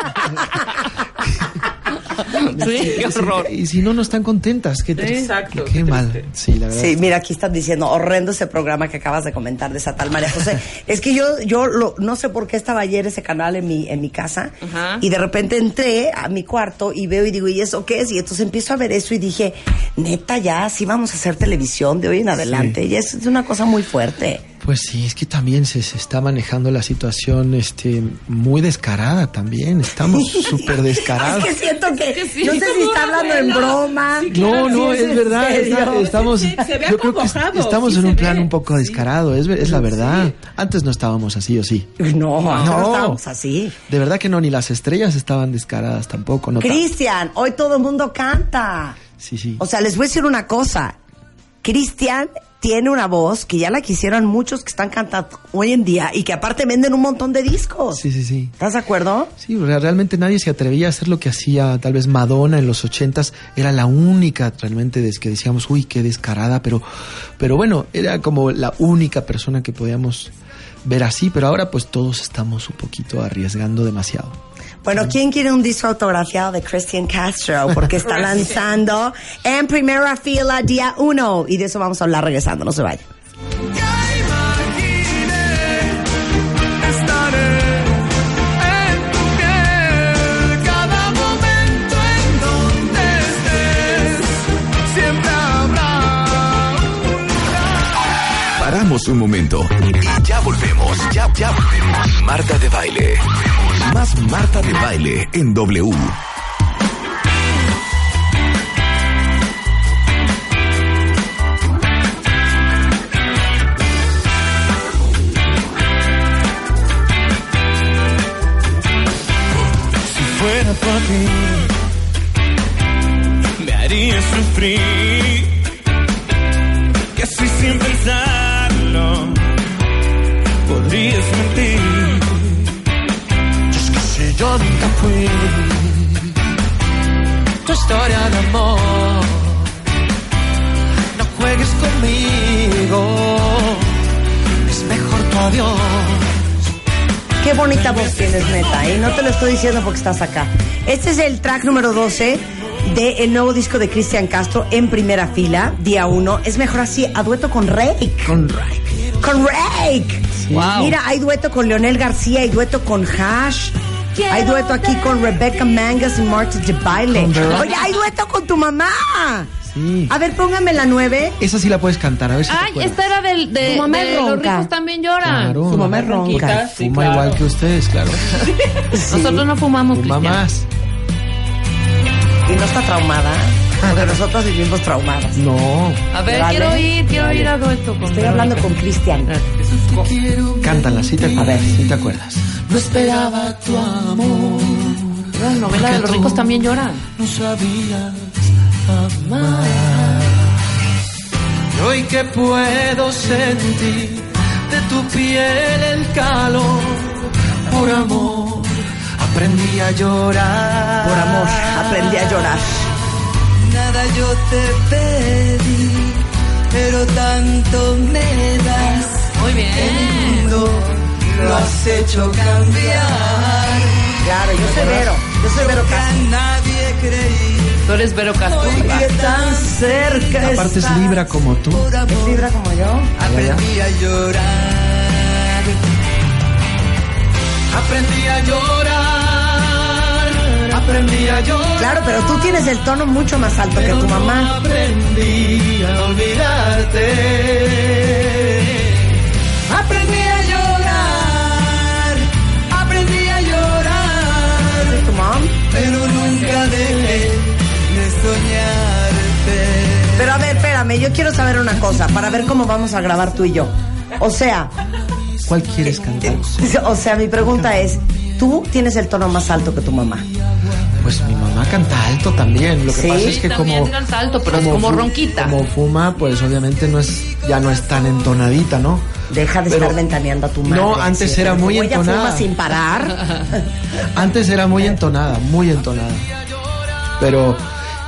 [SPEAKER 3] Sí, qué horror.
[SPEAKER 5] Y si no, no están contentas. Qué triste.
[SPEAKER 4] Exacto,
[SPEAKER 5] Qué,
[SPEAKER 4] qué
[SPEAKER 5] mal.
[SPEAKER 4] triste.
[SPEAKER 5] Sí, la verdad.
[SPEAKER 2] Sí, mira, aquí están diciendo, horrendo ese programa que acabas de comentar de esa tal María
[SPEAKER 5] (laughs)
[SPEAKER 2] José. es que yo, yo lo- no sé por qué estaba ayer ese canal en mi, en mi casa
[SPEAKER 3] Ajá.
[SPEAKER 2] y de repente entré a mi cuarto y veo y digo, ¿y eso qué es? Y entonces empiezo a ver eso y dije, neta, ya, sí vamos a hacer televisión de hoy en adelante. Y es, es una cosa muy fuerte.
[SPEAKER 5] Pues sí, es que también se, se está manejando la situación este, muy descarada también.
[SPEAKER 2] (laughs)
[SPEAKER 5] Estamos súper descarados.
[SPEAKER 2] Es que siento que,
[SPEAKER 3] sí,
[SPEAKER 2] no sé
[SPEAKER 4] una
[SPEAKER 2] si está hablando en
[SPEAKER 4] novela.
[SPEAKER 2] broma.
[SPEAKER 5] No, no,
[SPEAKER 2] Sí,
[SPEAKER 5] es
[SPEAKER 2] en
[SPEAKER 5] verdad. es
[SPEAKER 2] serio.
[SPEAKER 5] la- estamos,
[SPEAKER 4] Sí, se ve
[SPEAKER 5] yo creo que es-
[SPEAKER 4] acongojado,
[SPEAKER 5] estamos
[SPEAKER 4] sí
[SPEAKER 5] en
[SPEAKER 4] se
[SPEAKER 5] un plan
[SPEAKER 4] ve.
[SPEAKER 5] un poco descarado, es, ver- es la verdad. Antes no estábamos así o sí.
[SPEAKER 2] (laughs) No, no,
[SPEAKER 5] Ah, No.
[SPEAKER 2] estábamos así.
[SPEAKER 5] De verdad que no, ni las estrellas estaban descaradas tampoco. No
[SPEAKER 2] Cristian, hoy todo el mundo canta.
[SPEAKER 5] Sí, sí.
[SPEAKER 2] O sea, les voy a decir una cosa. Cristian tiene una voz que ya la quisieran muchos que están cantando hoy en día y que aparte venden un montón de discos.
[SPEAKER 5] Sí, sí, sí.
[SPEAKER 2] ¿Estás de acuerdo?
[SPEAKER 5] Sí, re- realmente nadie se atrevía a hacer lo que hacía tal vez Madonna en los ochentas. Era la única realmente des que decíamos, uy, qué descarada, pero, pero bueno, era como la única persona que podíamos ver así, pero ahora pues todos estamos un poquito arriesgando demasiado.
[SPEAKER 2] Bueno, ¿quién quiere un disco autografiado de Cristian Castro? Porque está lanzando en primera fila día uno. Y de eso vamos a hablar regresando, no se vayan.
[SPEAKER 1] Paramos un momento y ya volvemos. Ya, ya volvemos. Marta de baile. Más Marta de baile en W.
[SPEAKER 6] Si fuera por ti, me haría sufrir. Casi sin pensarlo, podrías mentir. Y es que si yo nunca fui tu historia de amor, no juegues conmigo. Es mejor tu adiós.
[SPEAKER 2] Qué bonita voz tienes, neta, y no te lo estoy diciendo porque estás acá. Este es el track número 12 del nuevo disco de Cristian Castro en primera fila, día 1. Es mejor así, a dueto con Rake.
[SPEAKER 5] Con Ray.
[SPEAKER 2] Con Rake.
[SPEAKER 3] Wow.
[SPEAKER 2] Mira, hay dueto con Leonel García, hay dueto con Hash. Hay dueto aquí con Rebecca Mangas y Marta de Baile.
[SPEAKER 5] Con Verónica.
[SPEAKER 2] Oye, hay dueto con tu mamá.
[SPEAKER 5] Sí.
[SPEAKER 2] A ver, póngame la 9.
[SPEAKER 5] Esa sí la puedes cantar, a ver si te
[SPEAKER 3] Ay,
[SPEAKER 5] acuerdas.
[SPEAKER 3] esta era del, de,
[SPEAKER 2] Tu mamá
[SPEAKER 3] de
[SPEAKER 2] es
[SPEAKER 3] los
[SPEAKER 2] ronca.
[SPEAKER 3] ricos también lloran.
[SPEAKER 5] Claro.
[SPEAKER 2] Su mamá es
[SPEAKER 4] ronquita.
[SPEAKER 2] ronca.
[SPEAKER 5] Fuma
[SPEAKER 4] Sí, claro.
[SPEAKER 5] igual que ustedes, claro.
[SPEAKER 3] Nosotros no fumamos,
[SPEAKER 5] Fuma
[SPEAKER 3] Cristian.
[SPEAKER 5] más.
[SPEAKER 2] Y no está traumada. Porque
[SPEAKER 5] (laughs)
[SPEAKER 2] nosotros vivimos traumadas.
[SPEAKER 5] No,
[SPEAKER 3] A ver,
[SPEAKER 2] Dale.
[SPEAKER 3] quiero ir, quiero ir a dueto con
[SPEAKER 2] Estoy hablando con
[SPEAKER 5] Ah.
[SPEAKER 2] Cristian.
[SPEAKER 5] cántala, sí te acuerdas. sí te acuerdas.
[SPEAKER 6] No esperaba tu amor,
[SPEAKER 3] La novela de los ricos también lloran.
[SPEAKER 6] no sabías amar.
[SPEAKER 5] hoy que puedo sentir de tu piel el calor. Por amor aprendí a llorar.
[SPEAKER 2] Por amor, aprendí a llorar.
[SPEAKER 5] Nada yo te pedí, pero tanto me das.
[SPEAKER 3] Muy
[SPEAKER 5] El
[SPEAKER 3] bien.
[SPEAKER 5] mundo lo has hecho cambiar.
[SPEAKER 2] Claro, yo soy Vero. Yo soy Vero
[SPEAKER 5] A
[SPEAKER 2] Castro.
[SPEAKER 5] nadie creí.
[SPEAKER 3] Tú eres Vero Castro.
[SPEAKER 5] Hoy que tan cerca
[SPEAKER 4] Aparte es
[SPEAKER 5] estás,
[SPEAKER 4] libra como tú.
[SPEAKER 5] por amor,
[SPEAKER 2] ¿Es libra como yo?
[SPEAKER 5] Aprendí a llorar. Aprendí a llorar. Aprendí a llorar.
[SPEAKER 2] Claro, pero tú tienes el tono mucho más alto que
[SPEAKER 5] Pero
[SPEAKER 2] tu
[SPEAKER 5] no
[SPEAKER 2] mamá.
[SPEAKER 5] aprendí a olvidarte. Aprendí a llorar. Aprendí a llorar.
[SPEAKER 2] ¿Tu mom?
[SPEAKER 5] Pero nunca dejé de soñarte.
[SPEAKER 2] Pero a ver, espérame, yo quiero saber una cosa para ver cómo vamos a grabar tú y yo. O sea, (laughs)
[SPEAKER 4] ¿Cuál quieres cantar?
[SPEAKER 2] o sea, mi pregunta es, tú tienes el tono más alto que tu mamá.
[SPEAKER 4] Pues mi mamá canta alto también. Lo que
[SPEAKER 2] Sí.
[SPEAKER 4] pasa
[SPEAKER 3] Sí,
[SPEAKER 4] es que
[SPEAKER 3] también
[SPEAKER 4] como.
[SPEAKER 3] canta alto, pero es como
[SPEAKER 4] fu-
[SPEAKER 3] ronquita.
[SPEAKER 4] Como fuma, pues obviamente no es, ya no es tan entonadita, ¿no?
[SPEAKER 2] Deja de
[SPEAKER 4] Pero-
[SPEAKER 2] estar ventaneando a tu madre.
[SPEAKER 4] No, antes
[SPEAKER 2] Sí,
[SPEAKER 4] era
[SPEAKER 2] pero
[SPEAKER 4] muy
[SPEAKER 2] como ella
[SPEAKER 4] entonada.
[SPEAKER 2] fuma sin parar.
[SPEAKER 4] Antes era muy entonada, muy entonada. Pero.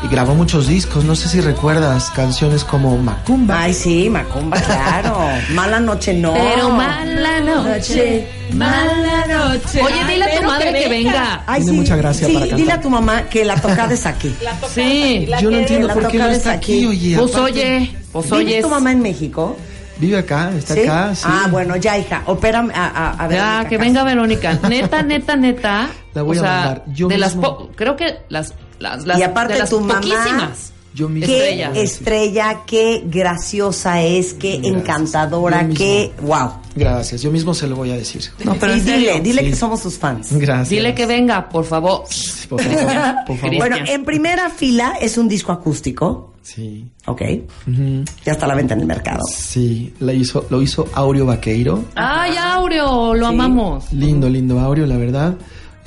[SPEAKER 4] Y grabó muchos discos, no sé si recuerdas canciones como Macumba.
[SPEAKER 2] Ay, sí, Macumba, claro. Mala noche no.
[SPEAKER 3] Pero mala noche, mala noche. Oye, dile a tu madre que venga.
[SPEAKER 2] Ay,
[SPEAKER 4] Tiene mucha gracia
[SPEAKER 2] sí,
[SPEAKER 4] para cantar.
[SPEAKER 2] dile a tu mamá que la tocada es aquí.
[SPEAKER 3] Sí.
[SPEAKER 4] Yo no entiendo
[SPEAKER 2] la
[SPEAKER 4] por qué no
[SPEAKER 2] tocada
[SPEAKER 4] está
[SPEAKER 2] es aquí.
[SPEAKER 4] aquí, oye.
[SPEAKER 3] Pues
[SPEAKER 4] aparte-
[SPEAKER 3] oye, pues
[SPEAKER 2] ¿Vive
[SPEAKER 3] oye.
[SPEAKER 2] tu mamá en México?
[SPEAKER 4] Vive acá, está
[SPEAKER 2] ¿Sí?
[SPEAKER 4] acá, sí.
[SPEAKER 2] Ah, bueno, ya, hija. Opérame a, a, a ver.
[SPEAKER 3] Ah,
[SPEAKER 2] Verónica
[SPEAKER 3] que
[SPEAKER 2] Castro.
[SPEAKER 3] venga Verónica. Neta, neta, neta.
[SPEAKER 4] La voy
[SPEAKER 3] o
[SPEAKER 4] a
[SPEAKER 3] sea,
[SPEAKER 4] mandar. Yo
[SPEAKER 3] de las
[SPEAKER 4] mismo.
[SPEAKER 3] po- creo que las las las
[SPEAKER 2] Y aparte
[SPEAKER 3] de las
[SPEAKER 2] tu mamá-
[SPEAKER 3] poquísimas.
[SPEAKER 4] Yo mismo.
[SPEAKER 2] Qué
[SPEAKER 3] Estrella.
[SPEAKER 2] estrella, qué graciosa es, qué
[SPEAKER 4] Gracias. Yo
[SPEAKER 2] encantadora,
[SPEAKER 4] mismo.
[SPEAKER 2] qué wow.
[SPEAKER 4] Gracias, yo mismo se lo voy a decir.
[SPEAKER 3] No, pero
[SPEAKER 2] Sí,
[SPEAKER 3] en serio.
[SPEAKER 2] dile, dile
[SPEAKER 4] Sí.
[SPEAKER 2] que somos sus fans.
[SPEAKER 4] Gracias.
[SPEAKER 3] Dile que venga, por favor.
[SPEAKER 4] Por favor,
[SPEAKER 3] (laughs)
[SPEAKER 4] por favor.
[SPEAKER 2] Bueno, en primera fila es un disco acústico,
[SPEAKER 4] Sí.
[SPEAKER 2] ¿ok?
[SPEAKER 4] Ujú.
[SPEAKER 2] Ya está a la venta en el mercado.
[SPEAKER 4] Sí, la hizo, lo hizo Aureo Vaqueiro.
[SPEAKER 3] Ay, Aureo, lo
[SPEAKER 2] Sí.
[SPEAKER 3] amamos.
[SPEAKER 4] Lindo, lindo Aureo, la verdad.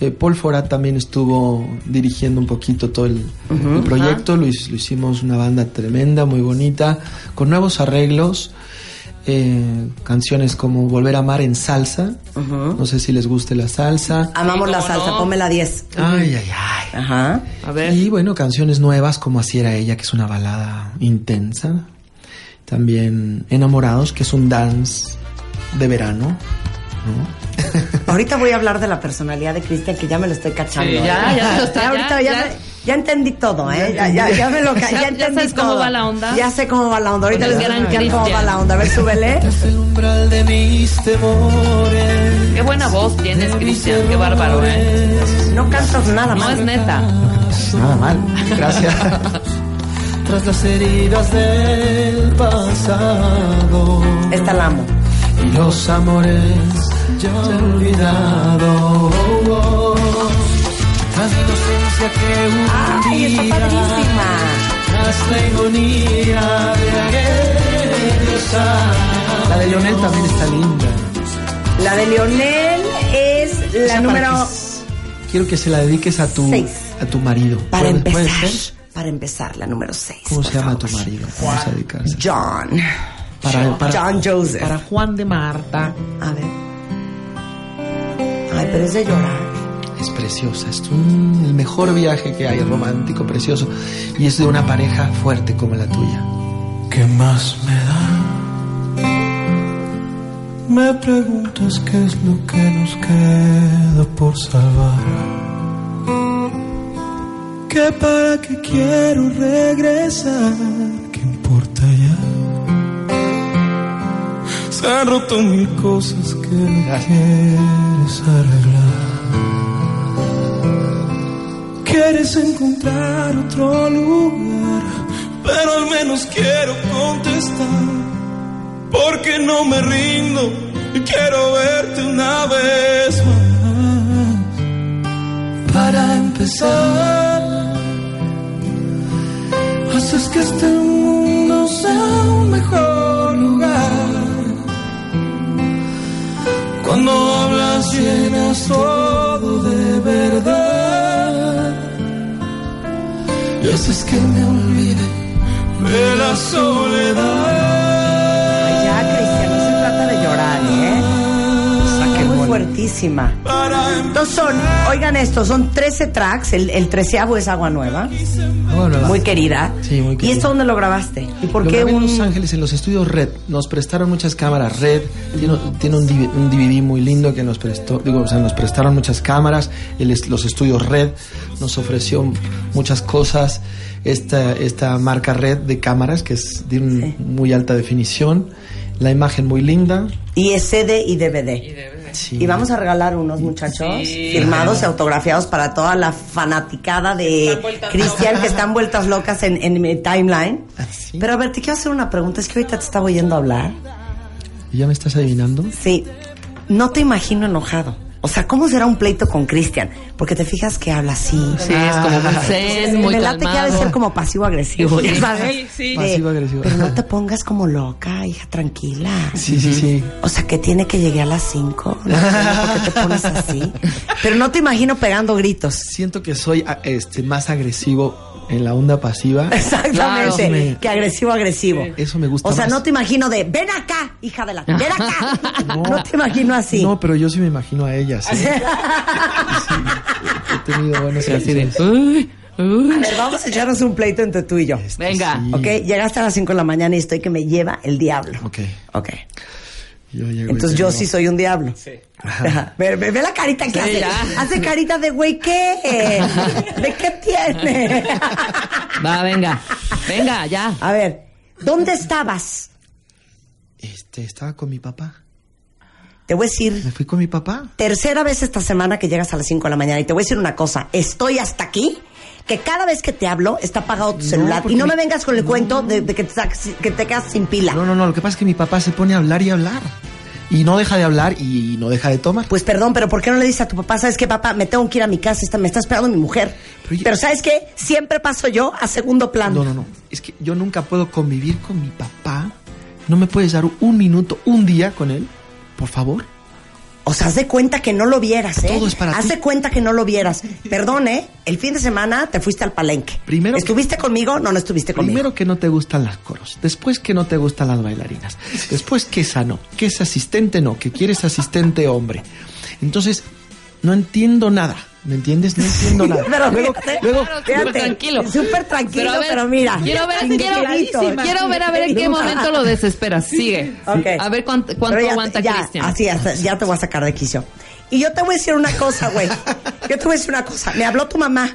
[SPEAKER 4] Eh, Paul Forat también estuvo dirigiendo un poquito todo el, el proyecto. Lo, hic- lo hicimos una banda tremenda, muy bonita, con nuevos arreglos. eh, canciones como Volver a amar en salsa. No sé si les guste la salsa.
[SPEAKER 2] Amamos
[SPEAKER 3] Sí,
[SPEAKER 2] la
[SPEAKER 3] cómo
[SPEAKER 2] salsa,
[SPEAKER 3] no.
[SPEAKER 2] ponme la 10.
[SPEAKER 4] Ay, ay, ay.
[SPEAKER 2] Ajá.
[SPEAKER 3] A ver.
[SPEAKER 4] Y bueno, canciones nuevas como Así era ella, que es una balada intensa. También Enamorados, que es un dance de verano.
[SPEAKER 2] Ahorita voy a hablar de la personalidad de Cristian, que ya me lo estoy cachando.
[SPEAKER 3] Sí,
[SPEAKER 2] ¿eh?
[SPEAKER 3] ya, ya se lo está-
[SPEAKER 2] ahorita ya,
[SPEAKER 3] ya,
[SPEAKER 2] me- ya entendí todo, ¿eh? Ya, ya, ya me lo ca-
[SPEAKER 3] Ya-
[SPEAKER 2] ya
[SPEAKER 3] ya
[SPEAKER 2] entendí
[SPEAKER 3] sabes cómo
[SPEAKER 2] todo.
[SPEAKER 3] va la onda.
[SPEAKER 2] Ya sé cómo va la onda. Ahorita
[SPEAKER 3] Con
[SPEAKER 2] les voy
[SPEAKER 3] el
[SPEAKER 2] a
[SPEAKER 3] gran
[SPEAKER 2] explicar cómo va
[SPEAKER 3] Cristian.
[SPEAKER 2] la onda. A ver, súbele.
[SPEAKER 5] Es el umbral de mis temores.
[SPEAKER 3] Qué buena voz tienes, Cristian. Qué bárbaro, ¿eh?
[SPEAKER 2] No cantas nada
[SPEAKER 3] No
[SPEAKER 2] más.
[SPEAKER 3] es neta.
[SPEAKER 4] Pues nada mal. (laughs) Gracias.
[SPEAKER 5] Tras las heridas del pasado
[SPEAKER 2] Esta la amo.
[SPEAKER 5] y los amores ya olvidados. Tras la inocencia que un
[SPEAKER 2] ¡Ay, Ah, está
[SPEAKER 5] día,
[SPEAKER 2] padrísima!
[SPEAKER 5] tras la ironía de aquellos años.
[SPEAKER 4] La de Leonel también está linda.
[SPEAKER 2] La de Leonel es la
[SPEAKER 4] Esa
[SPEAKER 2] número...
[SPEAKER 4] para que s- Quiero que se la dediques a tu,
[SPEAKER 2] Seis.
[SPEAKER 4] a tu marido.
[SPEAKER 2] Para
[SPEAKER 4] ¿Puede- puede
[SPEAKER 2] empezar,
[SPEAKER 4] ser?
[SPEAKER 2] para empezar, la número 6.
[SPEAKER 4] ¿Cómo se llama tu marido? Vamos a dedicarse.
[SPEAKER 2] John.
[SPEAKER 4] Para, para-
[SPEAKER 2] John Joseph.
[SPEAKER 4] para Juan de Marta.
[SPEAKER 2] A ver. Ay, pero es de llorar.
[SPEAKER 4] Es preciosa, es un- el mejor viaje que hay, romántico, precioso. Y es de una pareja fuerte como la tuya.
[SPEAKER 5] ¿Qué más me da? Me preguntas qué es lo que nos queda por salvar. Que para qué quiero regresar, qué importa ya. Se han roto mil cosas que no quieres arreglar. Quieres encontrar otro lugar, pero al menos quiero contestar. Porque no me rindo y quiero verte una vez más. Para empezar, haces que este mundo sea un mejor lugar. Cuando hablas llenas todo de verdad Y haces que me olvide de la soledad
[SPEAKER 2] ¿eh? fuertísima. Entonces son, oigan esto, son 13 tracks. El, el treceavo es Agua Nueva.
[SPEAKER 5] Agua Nueva.
[SPEAKER 2] Muy querida.
[SPEAKER 5] Sí, muy querida.
[SPEAKER 2] ¿Y esto dónde lo grabaste? ¿Y por
[SPEAKER 5] Lo
[SPEAKER 2] qué
[SPEAKER 5] grabé en
[SPEAKER 2] un.?
[SPEAKER 5] Los Ángeles en los estudios Red. Nos prestaron muchas cámaras Red. Tiene, tiene un, divi- un DVD muy lindo que nos prestó. Digo, o sea, nos prestaron muchas cámaras. El es- los estudios Red nos ofreció muchas cosas. Esta, esta marca Red de cámaras que es de un- muy alta definición. La imagen muy linda.
[SPEAKER 2] Y es CD y DVD.
[SPEAKER 5] Sí.
[SPEAKER 2] Y vamos a regalar unos muchachos firmados y autografiados para toda la fanaticada de Cristian que están vueltas locas en, en mi timeline.
[SPEAKER 5] Ah, sí.
[SPEAKER 2] Pero a ver, te quiero hacer una pregunta. Es que ahorita te estaba oyendo hablar.
[SPEAKER 5] ¿Ya me estás adivinando?
[SPEAKER 2] Sí, no te imagino enojado. O sea, ¿cómo será un pleito con Cristian? Porque te fijas que habla así.
[SPEAKER 3] Sí, es como muy zen, muy
[SPEAKER 2] Me late que ha de
[SPEAKER 3] calmado.
[SPEAKER 2] ser como pasivo-agresivo, ya sabes.
[SPEAKER 7] Sí, sí.
[SPEAKER 2] De,
[SPEAKER 5] Pasivo-agresivo.
[SPEAKER 2] Pero no te pongas como loca, hija, tranquila.
[SPEAKER 5] Sí, sí, sí.
[SPEAKER 2] O sea, que tiene que llegar a las 5.
[SPEAKER 5] (laughs)
[SPEAKER 2] No entiendo por qué te pones así. Pero no te imagino pegando gritos. (laughs)
[SPEAKER 5] Siento que soy a- este, más agresivo en la
[SPEAKER 2] (laughs)
[SPEAKER 5] onda pasiva.
[SPEAKER 2] Exactamente.
[SPEAKER 5] Claro, sí me-
[SPEAKER 2] Que agresivo-agresivo.
[SPEAKER 5] Eso me gusta
[SPEAKER 2] O sea,
[SPEAKER 5] más.
[SPEAKER 2] no te imagino de, ven acá, hija de la... Ven
[SPEAKER 5] (laughs)
[SPEAKER 2] acá. No, te imagino así.
[SPEAKER 5] No, pero yo sí me imagino a ella.
[SPEAKER 2] (laughs)
[SPEAKER 5] sí. Sí, He tenido buenos
[SPEAKER 3] Así de,
[SPEAKER 5] episodios.
[SPEAKER 3] uy, uy.
[SPEAKER 2] A ver, vamos a echarnos un pleito entre tú y yo.
[SPEAKER 3] Venga.
[SPEAKER 5] Sí.
[SPEAKER 2] Ok, llegaste a las 5 de la mañana y estoy que me lleva el diablo.
[SPEAKER 5] Ok.
[SPEAKER 2] Ok.
[SPEAKER 5] Yo llego y
[SPEAKER 2] Entonces yo
[SPEAKER 5] digo,
[SPEAKER 2] sí soy un diablo. Sí. (laughs) Ve, ve- ve la carita que hace.
[SPEAKER 3] ya.
[SPEAKER 2] Hace carita de güey, ¿qué? (laughs) ¿De qué tiene? (laughs)
[SPEAKER 3] Va, venga. Venga, ya.
[SPEAKER 2] A ver, ¿dónde estabas?
[SPEAKER 5] Este, estaba con mi papá.
[SPEAKER 2] Te voy a decir,
[SPEAKER 5] Me fui con mi papá.
[SPEAKER 2] tercera vez esta semana que llegas a las 5 de la mañana y te voy a decir una cosa. Estoy hasta aquí. Que cada vez que te hablo está apagado tu celular. Y
[SPEAKER 5] porque
[SPEAKER 2] no me
[SPEAKER 5] mi-
[SPEAKER 2] vengas con el cuento de, de que, te, sacas- que te quedas sin pila.
[SPEAKER 5] No, no, no. Lo que pasa es que mi papá se pone a hablar y a hablar. Y no deja de hablar y no deja de tomar.
[SPEAKER 2] Pues perdón, pero ¿por qué no le dices a tu papá, sabes qué, papá, me tengo que ir a mi casa, está- me está esperando mi mujer? Pero,
[SPEAKER 5] Pero ya-
[SPEAKER 2] ¿sabes qué? Siempre paso yo a segundo plano.
[SPEAKER 5] No, no, no. Es que yo nunca puedo convivir con mi papá. ¿No me puedes dar un minuto, un día con él? Por favor.
[SPEAKER 2] O sea, haz de cuenta que no lo vieras, ¿eh?
[SPEAKER 5] Todo es para
[SPEAKER 2] Haz
[SPEAKER 5] ti.
[SPEAKER 2] de cuenta que no lo vieras. Perdón, ¿eh? El fin de semana te fuiste al palenque.
[SPEAKER 5] Primero-
[SPEAKER 2] ¿Estuviste conmigo? No, no estuviste conmigo.
[SPEAKER 5] Primero que no te gustan las coros, después que no te gustan
[SPEAKER 2] (laughs)
[SPEAKER 5] las bailarinas, después que esa no, que es asistente no, que quieres asistente hombre. Entonces, no entiendo nada. ¿Me entiendes? No entiendo nada.
[SPEAKER 2] Pero
[SPEAKER 5] luego,
[SPEAKER 2] fíjate,
[SPEAKER 5] luego-
[SPEAKER 3] claro,
[SPEAKER 2] fíjate,
[SPEAKER 3] súper tranquilo.
[SPEAKER 2] Súper tranquilo, pero,
[SPEAKER 3] a ver,
[SPEAKER 2] mira.
[SPEAKER 3] Quiero ver,
[SPEAKER 2] tranquilito.
[SPEAKER 3] quiero, quiero ver a ver en qué momento lo desesperas. Sigue.
[SPEAKER 2] Ok.
[SPEAKER 3] A ver cuánt- cuánto,
[SPEAKER 2] Pero ya-
[SPEAKER 3] aguanta
[SPEAKER 2] ya,
[SPEAKER 3] Cristian.
[SPEAKER 2] Así, hasta- ya te voy a sacar de quicio. Y yo te voy a decir una cosa,
[SPEAKER 5] (laughs)
[SPEAKER 2] güey. Yo te voy a decir una cosa. Me habló tu mamá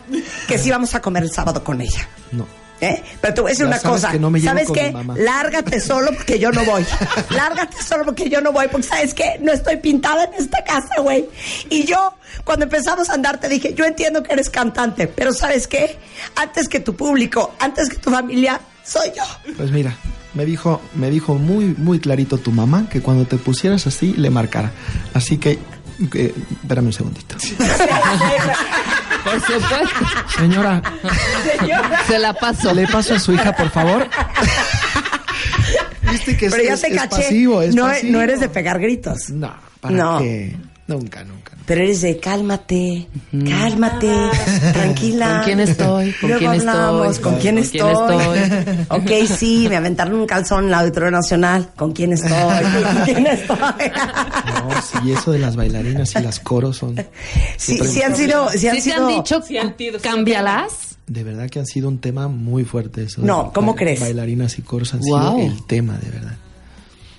[SPEAKER 2] que sí vamos a comer el sábado con ella.
[SPEAKER 5] no.
[SPEAKER 2] ¿Eh? Pero te voy a decir
[SPEAKER 5] Ya
[SPEAKER 2] una
[SPEAKER 5] sabes
[SPEAKER 2] cosa.
[SPEAKER 5] que no me llevo
[SPEAKER 2] ¿Sabes
[SPEAKER 5] con
[SPEAKER 2] qué?
[SPEAKER 5] mi mamá.
[SPEAKER 2] Lárgate solo porque yo no
[SPEAKER 5] (laughs)
[SPEAKER 2] voy. Lárgate solo porque yo no voy. Porque ¿sabes qué? No estoy pintada en esta casa, güey. Y yo, cuando empezamos a andar, te dije, yo entiendo que eres cantante, pero ¿sabes qué? Antes que tu público, antes que tu familia, soy yo.
[SPEAKER 5] Pues mira, me dijo, me dijo muy, muy clarito tu mamá que cuando te pusieras así le marcara. Así que, que- espérame un segundito.
[SPEAKER 3] Por supuesto.
[SPEAKER 5] Señora,
[SPEAKER 3] Se la paso.
[SPEAKER 5] le paso a su hija, por
[SPEAKER 2] (laughs)
[SPEAKER 5] favor. Viste que es-
[SPEAKER 2] Pero ya
[SPEAKER 5] es-
[SPEAKER 2] te
[SPEAKER 5] es
[SPEAKER 2] caché.
[SPEAKER 5] pasivo, es
[SPEAKER 2] no,
[SPEAKER 5] pasivo.
[SPEAKER 2] no eres de pegar gritos.
[SPEAKER 5] No, ¿para
[SPEAKER 2] No.
[SPEAKER 5] qué? Nunca, nunca.
[SPEAKER 2] Pero eres de cálmate,
[SPEAKER 3] (laughs)
[SPEAKER 2] cálmate, tranquila.
[SPEAKER 3] ¿Con quién estoy? ¿Con
[SPEAKER 2] Luego
[SPEAKER 3] quién estoy?
[SPEAKER 2] hablamos, ¿Con quién
[SPEAKER 3] ¿Con quién
[SPEAKER 2] estoy? (laughs) ok, sí, me aventaron un calzón en la Auditorio Nacional. ¿Con quién
[SPEAKER 3] (laughs)
[SPEAKER 2] estoy? ¿Con quién estoy? (laughs)
[SPEAKER 5] No, sí, eso de las bailarinas y las coros son...
[SPEAKER 2] sí, sí han sido... Sí han
[SPEAKER 3] ¿Sí te
[SPEAKER 2] sido-
[SPEAKER 3] han dicho
[SPEAKER 7] Sí, han sido-
[SPEAKER 3] cámbialas?
[SPEAKER 5] De verdad que han sido un tema muy fuerte eso. de
[SPEAKER 2] No,
[SPEAKER 5] las
[SPEAKER 2] ¿cómo
[SPEAKER 5] ba-
[SPEAKER 2] crees?
[SPEAKER 5] Bailarinas y coros han
[SPEAKER 3] Guau.
[SPEAKER 5] sido el tema, de verdad.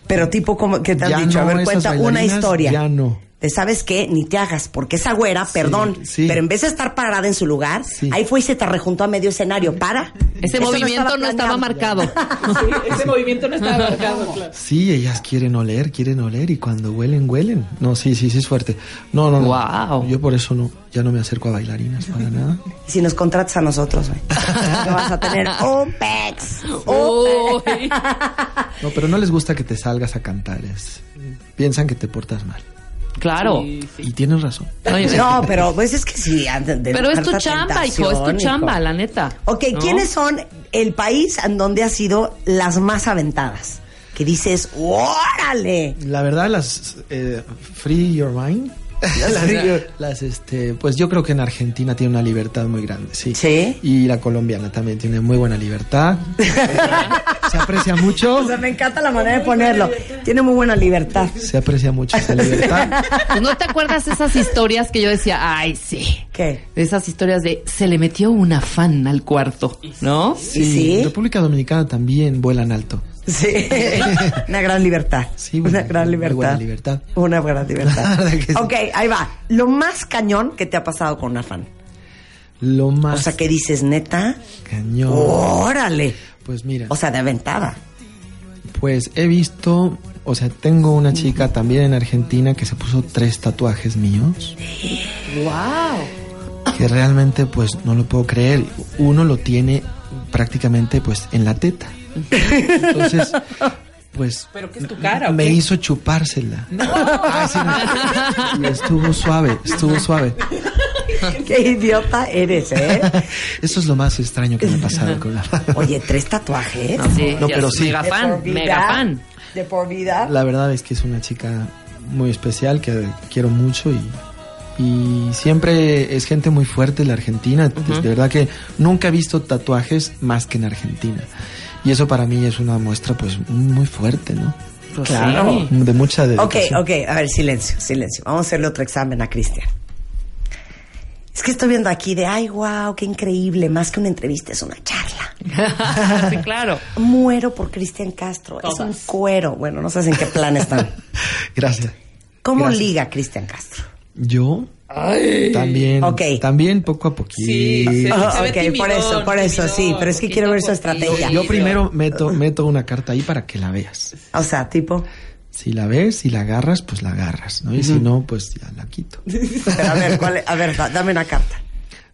[SPEAKER 2] Pero tipo, como que te han
[SPEAKER 5] Ya
[SPEAKER 2] dicho? A
[SPEAKER 5] no,
[SPEAKER 2] ver,
[SPEAKER 5] esas
[SPEAKER 2] cuenta una
[SPEAKER 5] bailarinas,
[SPEAKER 2] historia.
[SPEAKER 5] ya no.
[SPEAKER 2] De sabes qué, ni te hagas, porque esa güera, perdón,
[SPEAKER 5] sí.
[SPEAKER 2] pero en vez de estar parada en su lugar,
[SPEAKER 5] Sí.
[SPEAKER 2] ahí fue y se te rejuntó a medio escenario. Para.
[SPEAKER 3] Ese
[SPEAKER 2] Eso
[SPEAKER 3] movimiento no estaba,
[SPEAKER 2] planeado.
[SPEAKER 3] marcado.
[SPEAKER 2] (laughs)
[SPEAKER 7] Sí, ese movimiento no estaba marcado, claro.
[SPEAKER 5] Sí, ellas quieren oler, quieren oler y cuando huelen, huelen. No, sí, sí, sí es fuerte. No, no, no.
[SPEAKER 3] Guau.
[SPEAKER 5] Yo por eso no, ya no me acerco a bailarinas para nada.
[SPEAKER 2] Y si nos contratas a nosotros,
[SPEAKER 3] (laughs)
[SPEAKER 2] güey, no vas a tener un pex.
[SPEAKER 3] Oh.
[SPEAKER 2] un
[SPEAKER 3] Uy.
[SPEAKER 2] pex. (laughs)
[SPEAKER 5] No, pero no les gusta que te salgas a cantar. es- Piensan que te portas mal.
[SPEAKER 3] Claro.
[SPEAKER 5] Y tienen razón.
[SPEAKER 3] Oye,
[SPEAKER 2] No, pero pues es que sí. antes de
[SPEAKER 3] pero es tu
[SPEAKER 2] tanta
[SPEAKER 3] chamba, hijo, es tu
[SPEAKER 2] tentación,
[SPEAKER 3] chamba,
[SPEAKER 2] hijo.
[SPEAKER 3] la neta.
[SPEAKER 2] Ok,
[SPEAKER 3] ¿No?
[SPEAKER 2] ¿quiénes son el país en donde has sido las más aventadas? Que dices, órale.
[SPEAKER 5] La verdad, (laughs) las eh, Free Your Mind las, las, este, pues yo creo que en Argentina tiene una libertad muy grande, sí.
[SPEAKER 2] ¿Sí?
[SPEAKER 5] Y la colombiana también tiene muy buena libertad. (laughs) se aprecia mucho.
[SPEAKER 2] O sea, me encanta la manera de ponerlo. Tiene muy buena libertad.
[SPEAKER 5] Se aprecia mucho esa libertad.
[SPEAKER 3] ¿Tú no te acuerdas esas historias que yo decía, ay, sí?
[SPEAKER 2] ¿Qué?
[SPEAKER 3] De esas historias de se le metió una fan al cuarto, ¿no?
[SPEAKER 2] (laughs) ¿Y sí?
[SPEAKER 5] República Dominicana también vuelan alto.
[SPEAKER 3] (laughs)
[SPEAKER 2] Sí, una gran libertad.
[SPEAKER 5] Sí,
[SPEAKER 2] una,
[SPEAKER 5] buena-
[SPEAKER 2] gran
[SPEAKER 5] muy
[SPEAKER 2] libertad.
[SPEAKER 5] buena libertad.
[SPEAKER 2] Una gran
[SPEAKER 3] (laughs)
[SPEAKER 2] libertad.
[SPEAKER 5] Claro que sí.
[SPEAKER 2] Ok, ahí va. Lo más cañón que te ha pasado con una fan.
[SPEAKER 5] Lo
[SPEAKER 2] O
[SPEAKER 5] más
[SPEAKER 2] sea, Oh. que dices, neta,
[SPEAKER 5] cañón.
[SPEAKER 2] órale.
[SPEAKER 5] Pues mira,
[SPEAKER 2] O sea, de aventada.
[SPEAKER 5] pues he visto, o sea, tengo una chica también en Argentina que se puso tres tatuajes míos.
[SPEAKER 3] ¡Wow!
[SPEAKER 5] que realmente pues no lo puedo creer. Uno lo tiene prácticamente pues en la teta. Entonces, pues
[SPEAKER 8] ¿Pero qué es tu cara? o
[SPEAKER 5] me
[SPEAKER 8] qué?
[SPEAKER 5] hizo chupársela. Ah, sí, no. Y estuvo suave, estuvo suave.
[SPEAKER 2] Qué idiota eres, ¿eh?
[SPEAKER 5] Eso es lo más extraño que me ha pasado con la
[SPEAKER 2] Oye, tres tatuajes.
[SPEAKER 3] Sí,
[SPEAKER 5] No,
[SPEAKER 3] ya
[SPEAKER 5] pero
[SPEAKER 3] es
[SPEAKER 5] sí.
[SPEAKER 3] Mega
[SPEAKER 2] De por
[SPEAKER 3] fan,
[SPEAKER 2] vida,
[SPEAKER 3] mega fan.
[SPEAKER 2] De por vida.
[SPEAKER 5] La verdad es que es una chica muy especial que quiero mucho y y siempre es gente muy fuerte la Argentina. De verdad que nunca he visto tatuajes más que en Argentina. Y eso para mí es una muestra pues muy fuerte, ¿no?
[SPEAKER 2] Claro. Pues sí.
[SPEAKER 5] De mucha
[SPEAKER 2] Ok,
[SPEAKER 5] dedicación.
[SPEAKER 2] ok, a ver, silencio, silencio. Vamos a hacerle otro examen a Cristian. Es que estoy viendo aquí de, ay, wow, qué increíble, más que una entrevista, es una charla. (laughs)
[SPEAKER 3] sí, claro.
[SPEAKER 2] Muero por Cristian Castro, es un cuero. Bueno, no sabes en qué plan están.
[SPEAKER 5] (laughs) Gracias.
[SPEAKER 2] ¿Cómo
[SPEAKER 5] Gracias.
[SPEAKER 2] liga Cristian Castro?
[SPEAKER 5] Yo también,
[SPEAKER 2] Ok.
[SPEAKER 5] también poco a poquito.
[SPEAKER 8] Sí, sí.
[SPEAKER 2] Ah,
[SPEAKER 8] se ve
[SPEAKER 2] ok,
[SPEAKER 8] timidón,
[SPEAKER 2] por eso, por eso,
[SPEAKER 8] timidón,
[SPEAKER 2] sí, pero es que
[SPEAKER 8] poquito
[SPEAKER 2] quiero ver su
[SPEAKER 8] por
[SPEAKER 2] estrategia.
[SPEAKER 5] Yo primero meto, meto una carta ahí para que la veas.
[SPEAKER 2] O sea, tipo,
[SPEAKER 5] Si la ves, si la agarras, pues la agarras, ¿no? Y si no, pues ya la quito.
[SPEAKER 2] pero a ver, ¿cuál es? a ver, da- dame una carta.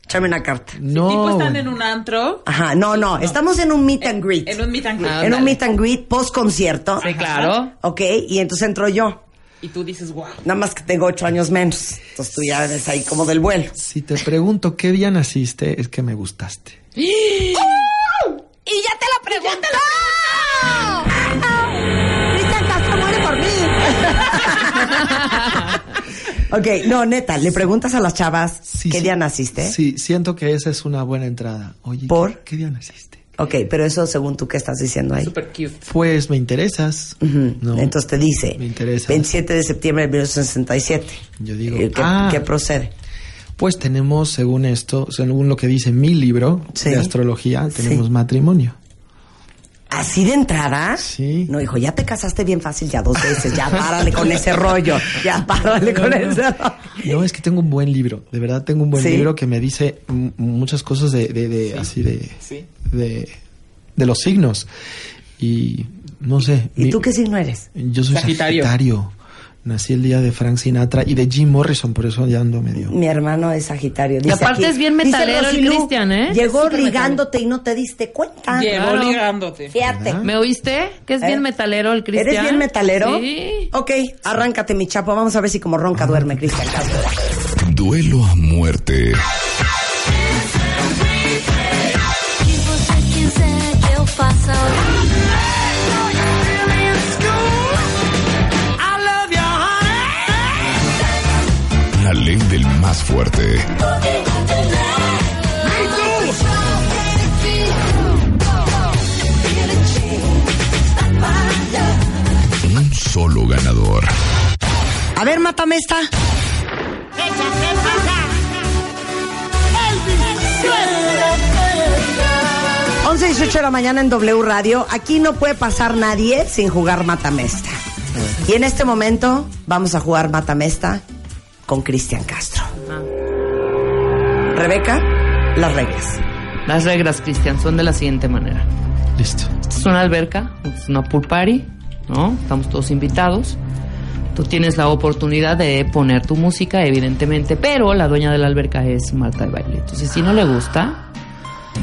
[SPEAKER 2] Échame una carta.
[SPEAKER 5] No.
[SPEAKER 8] Tipo están
[SPEAKER 5] bueno.
[SPEAKER 8] en un antro,
[SPEAKER 2] Ajá, no, no, estamos en un meet and greet.
[SPEAKER 8] en un meet and greet.
[SPEAKER 2] En un meet and greet post concierto.
[SPEAKER 3] Sí, claro.
[SPEAKER 2] Ok, y entonces entro yo.
[SPEAKER 8] Y tú dices, wow.
[SPEAKER 2] Nada más que tengo ocho años menos. Entonces tú ya eres ahí como del vuelo.
[SPEAKER 5] Si te pregunto qué día naciste, es que me gustaste.
[SPEAKER 3] ¡Y ya te la pregunté!
[SPEAKER 2] Cristian Castro muere por mí. (laughs) ok, no, neta, le preguntas a las chavas
[SPEAKER 5] Sí,
[SPEAKER 2] qué
[SPEAKER 5] sí.
[SPEAKER 2] día naciste.
[SPEAKER 5] Sí, siento que esa es una buena entrada. Oye,
[SPEAKER 2] ¿Por?
[SPEAKER 5] ¿qué día naciste?
[SPEAKER 2] Ok, pero eso según tú qué estás diciendo ahí.
[SPEAKER 8] Super cute.
[SPEAKER 5] Pues me interesas.
[SPEAKER 2] Ujú.
[SPEAKER 5] ¿no?
[SPEAKER 2] Entonces te dice
[SPEAKER 5] Me interesa.
[SPEAKER 2] 27 de septiembre de 1967.
[SPEAKER 5] Yo digo,
[SPEAKER 2] Eh, ¿Qué,
[SPEAKER 5] ah.
[SPEAKER 2] qué procede?
[SPEAKER 5] Pues tenemos, según esto, según lo que dice mi libro
[SPEAKER 2] Sí.
[SPEAKER 5] de astrología,
[SPEAKER 2] Sí.
[SPEAKER 5] tenemos matrimonio.
[SPEAKER 2] ¿Así de entrada?
[SPEAKER 5] Sí.
[SPEAKER 2] No, hijo, ya te casaste bien fácil ya dos veces. Ya párale con ese rollo. Ya párale con ese rollo.
[SPEAKER 5] No, es que tengo un buen libro. De verdad, tengo un buen
[SPEAKER 2] Sí.
[SPEAKER 5] libro que me dice m- muchas cosas de, de, de- así de,
[SPEAKER 8] Sí.
[SPEAKER 5] de, de los signos. Y no sé.
[SPEAKER 2] ¿Y
[SPEAKER 5] mi-
[SPEAKER 2] tú qué signo eres?
[SPEAKER 5] Yo soy
[SPEAKER 8] Sagitario.
[SPEAKER 5] sagitario. Nací el día de Frank Sinatra y de Jim Morrison, por eso ya ando medio.
[SPEAKER 2] Mi hermano es Sagitario. Dice
[SPEAKER 3] aparte
[SPEAKER 2] aquí-
[SPEAKER 3] es bien
[SPEAKER 2] dice
[SPEAKER 3] metalero el
[SPEAKER 2] Rosilú,
[SPEAKER 3] Cristian, ¿eh?
[SPEAKER 2] Llegó
[SPEAKER 3] Súper
[SPEAKER 2] ligándote y no te diste cuenta.
[SPEAKER 8] Llegó
[SPEAKER 3] claro.
[SPEAKER 8] ligándote.
[SPEAKER 2] Fíjate.
[SPEAKER 3] ¿Me oíste? Que es
[SPEAKER 2] ¿Eh?
[SPEAKER 3] bien metalero el Cristian.
[SPEAKER 2] ¿Eres bien metalero?
[SPEAKER 3] Sí.
[SPEAKER 2] Ok, arráncate, mi chapo. Vamos a ver si como ronca duerme Cristian Castro.
[SPEAKER 1] Duelo a muerte.
[SPEAKER 9] Que você quiser que eu faça.
[SPEAKER 1] La ley del más fuerte. Un solo ganador.
[SPEAKER 2] A ver, mátame esta. Once dieciocho de la mañana en W Radio. Aquí no puede pasar nadie sin jugar Matamesta. Y en este momento vamos a jugar Matamesta con Cristian Castro. Rebeca, las reglas.
[SPEAKER 3] Las reglas, Cristian, son de la siguiente manera.
[SPEAKER 5] Listo.
[SPEAKER 3] Esta es una alberca, es una pool party, ¿no? Estamos todos invitados. Tú tienes la oportunidad de poner tu música, evidentemente, pero la dueña de la alberca es Marta de Baile. Entonces, si no le gusta,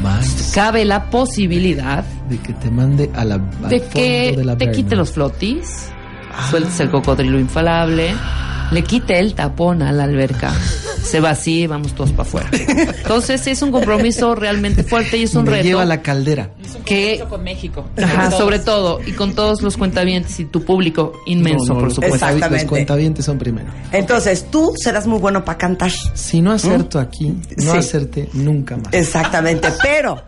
[SPEAKER 5] Más
[SPEAKER 3] cabe la posibilidad
[SPEAKER 5] de que te mande a la, al
[SPEAKER 3] de
[SPEAKER 5] fondo
[SPEAKER 3] que
[SPEAKER 5] de la
[SPEAKER 3] te
[SPEAKER 5] berma.
[SPEAKER 3] quite los flotis, sueltes el cocodrilo infalable, le quite el tapón a la alberca se vacía y vamos todos para
[SPEAKER 5] (laughs)
[SPEAKER 3] afuera. Entonces es un compromiso realmente fuerte y es un
[SPEAKER 4] Me
[SPEAKER 3] reto.
[SPEAKER 4] lleva a la caldera.
[SPEAKER 8] Es un
[SPEAKER 3] ¿Qué?
[SPEAKER 8] compromiso con México.
[SPEAKER 3] Ajá,
[SPEAKER 8] Todos.
[SPEAKER 3] sobre todo, y con todos los cuentavientes y tu público inmenso,
[SPEAKER 4] No, no,
[SPEAKER 3] por
[SPEAKER 4] los
[SPEAKER 3] supuesto.
[SPEAKER 4] cuentavi-
[SPEAKER 2] Exactamente.
[SPEAKER 4] Los cuentavientes son primero.
[SPEAKER 2] Entonces, tú serás muy bueno para cantar.
[SPEAKER 4] Si no acerto aquí, no
[SPEAKER 2] Sí.
[SPEAKER 4] acerté nunca más.
[SPEAKER 2] Exactamente. Pero,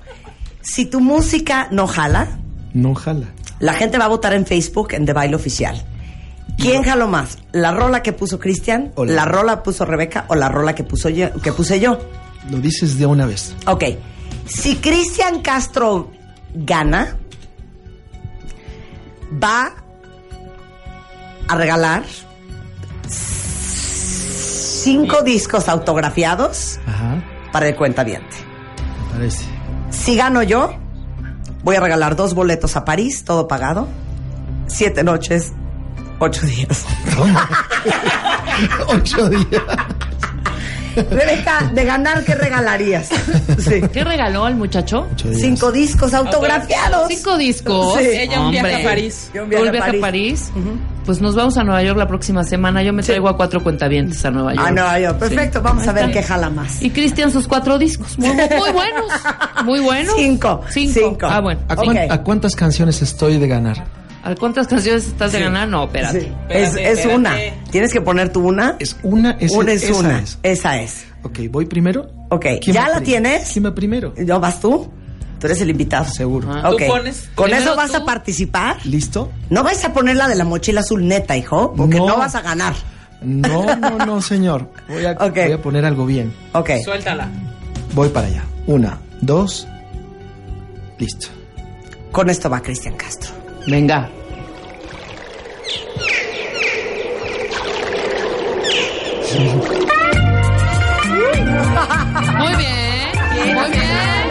[SPEAKER 2] si tu música no jala,
[SPEAKER 4] No jala.
[SPEAKER 2] la gente va a votar en Facebook en The Baile Oficial. ¿Quién jaló más? ¿La rola que puso Cristian?
[SPEAKER 4] O la-
[SPEAKER 2] ¿La rola que puso Rebeca? ¿O la rola que, puso yo, que puse yo?
[SPEAKER 4] Lo dices de una vez.
[SPEAKER 2] Ok. Si Cristian Castro gana, va a regalar cinco discos autografiados
[SPEAKER 4] Ajá,
[SPEAKER 2] para el cuentaviente.
[SPEAKER 4] me parece. (laughs)
[SPEAKER 2] Si gano yo, voy a regalar dos boletos a París, todo pagado. Siete noches, ocho días.
[SPEAKER 4] Ocho días.
[SPEAKER 2] Rebeca, de ganar, ¿qué regalarías? (laughs) Sí.
[SPEAKER 3] ¿Qué regaló al muchacho?
[SPEAKER 4] Ocho días.
[SPEAKER 2] Cinco discos autografiados.
[SPEAKER 3] Cinco discos.
[SPEAKER 2] Sí.
[SPEAKER 8] Ella un viaje
[SPEAKER 3] Hombre.
[SPEAKER 8] a París.
[SPEAKER 2] Yo un
[SPEAKER 3] Tú el viaje a París. Pues nos vamos a Nueva York la próxima semana. Yo me traigo a cuatro cuentavientes a Nueva York.
[SPEAKER 2] Ah, no, yo. Perfecto, vamos a ver qué jala más.
[SPEAKER 3] Y Cristian sus cuatro discos. Muy, muy buenos. Muy buenos.
[SPEAKER 2] Cinco.
[SPEAKER 3] Cinco.
[SPEAKER 2] Cinco.
[SPEAKER 3] Ah, bueno.
[SPEAKER 4] ¿A,
[SPEAKER 2] Ok.
[SPEAKER 4] cuán- a cuántas canciones estoy de ganar?
[SPEAKER 3] ¿A cuántas canciones estás de ganar? No, espérate.
[SPEAKER 2] Sí. Es,
[SPEAKER 8] Espérate,
[SPEAKER 2] es
[SPEAKER 8] espérate.
[SPEAKER 2] una. Tienes que poner tu una.
[SPEAKER 4] Es una, es,
[SPEAKER 2] una es
[SPEAKER 4] esa
[SPEAKER 2] una.
[SPEAKER 4] es.
[SPEAKER 2] Esa es.
[SPEAKER 4] Ok, voy primero.
[SPEAKER 2] Ok,
[SPEAKER 3] Eh,
[SPEAKER 4] ¿Quién
[SPEAKER 2] ¿ya
[SPEAKER 4] va
[SPEAKER 2] la
[SPEAKER 4] prim-
[SPEAKER 2] tienes?
[SPEAKER 4] ¿Quién va primero?
[SPEAKER 2] ¿No vas tú? Tú eres el invitado.
[SPEAKER 4] Seguro.
[SPEAKER 3] Ah.
[SPEAKER 2] Ok.
[SPEAKER 8] Tú pones
[SPEAKER 2] Con
[SPEAKER 3] primero
[SPEAKER 2] eso vas
[SPEAKER 3] tú.
[SPEAKER 2] a participar.
[SPEAKER 4] ¿Listo?
[SPEAKER 2] No vais a poner la de la mochila azul neta, hijo, porque no,
[SPEAKER 4] No.
[SPEAKER 2] vas a ganar.
[SPEAKER 4] No, no, no, señor. Voy a,
[SPEAKER 2] Ok.
[SPEAKER 4] voy a poner algo bien.
[SPEAKER 2] Ok.
[SPEAKER 8] Suéltala.
[SPEAKER 4] Voy para allá. Una, dos. Listo.
[SPEAKER 2] Con esto va Cristian Castro.
[SPEAKER 3] Venga. Muy bien. Muy bien.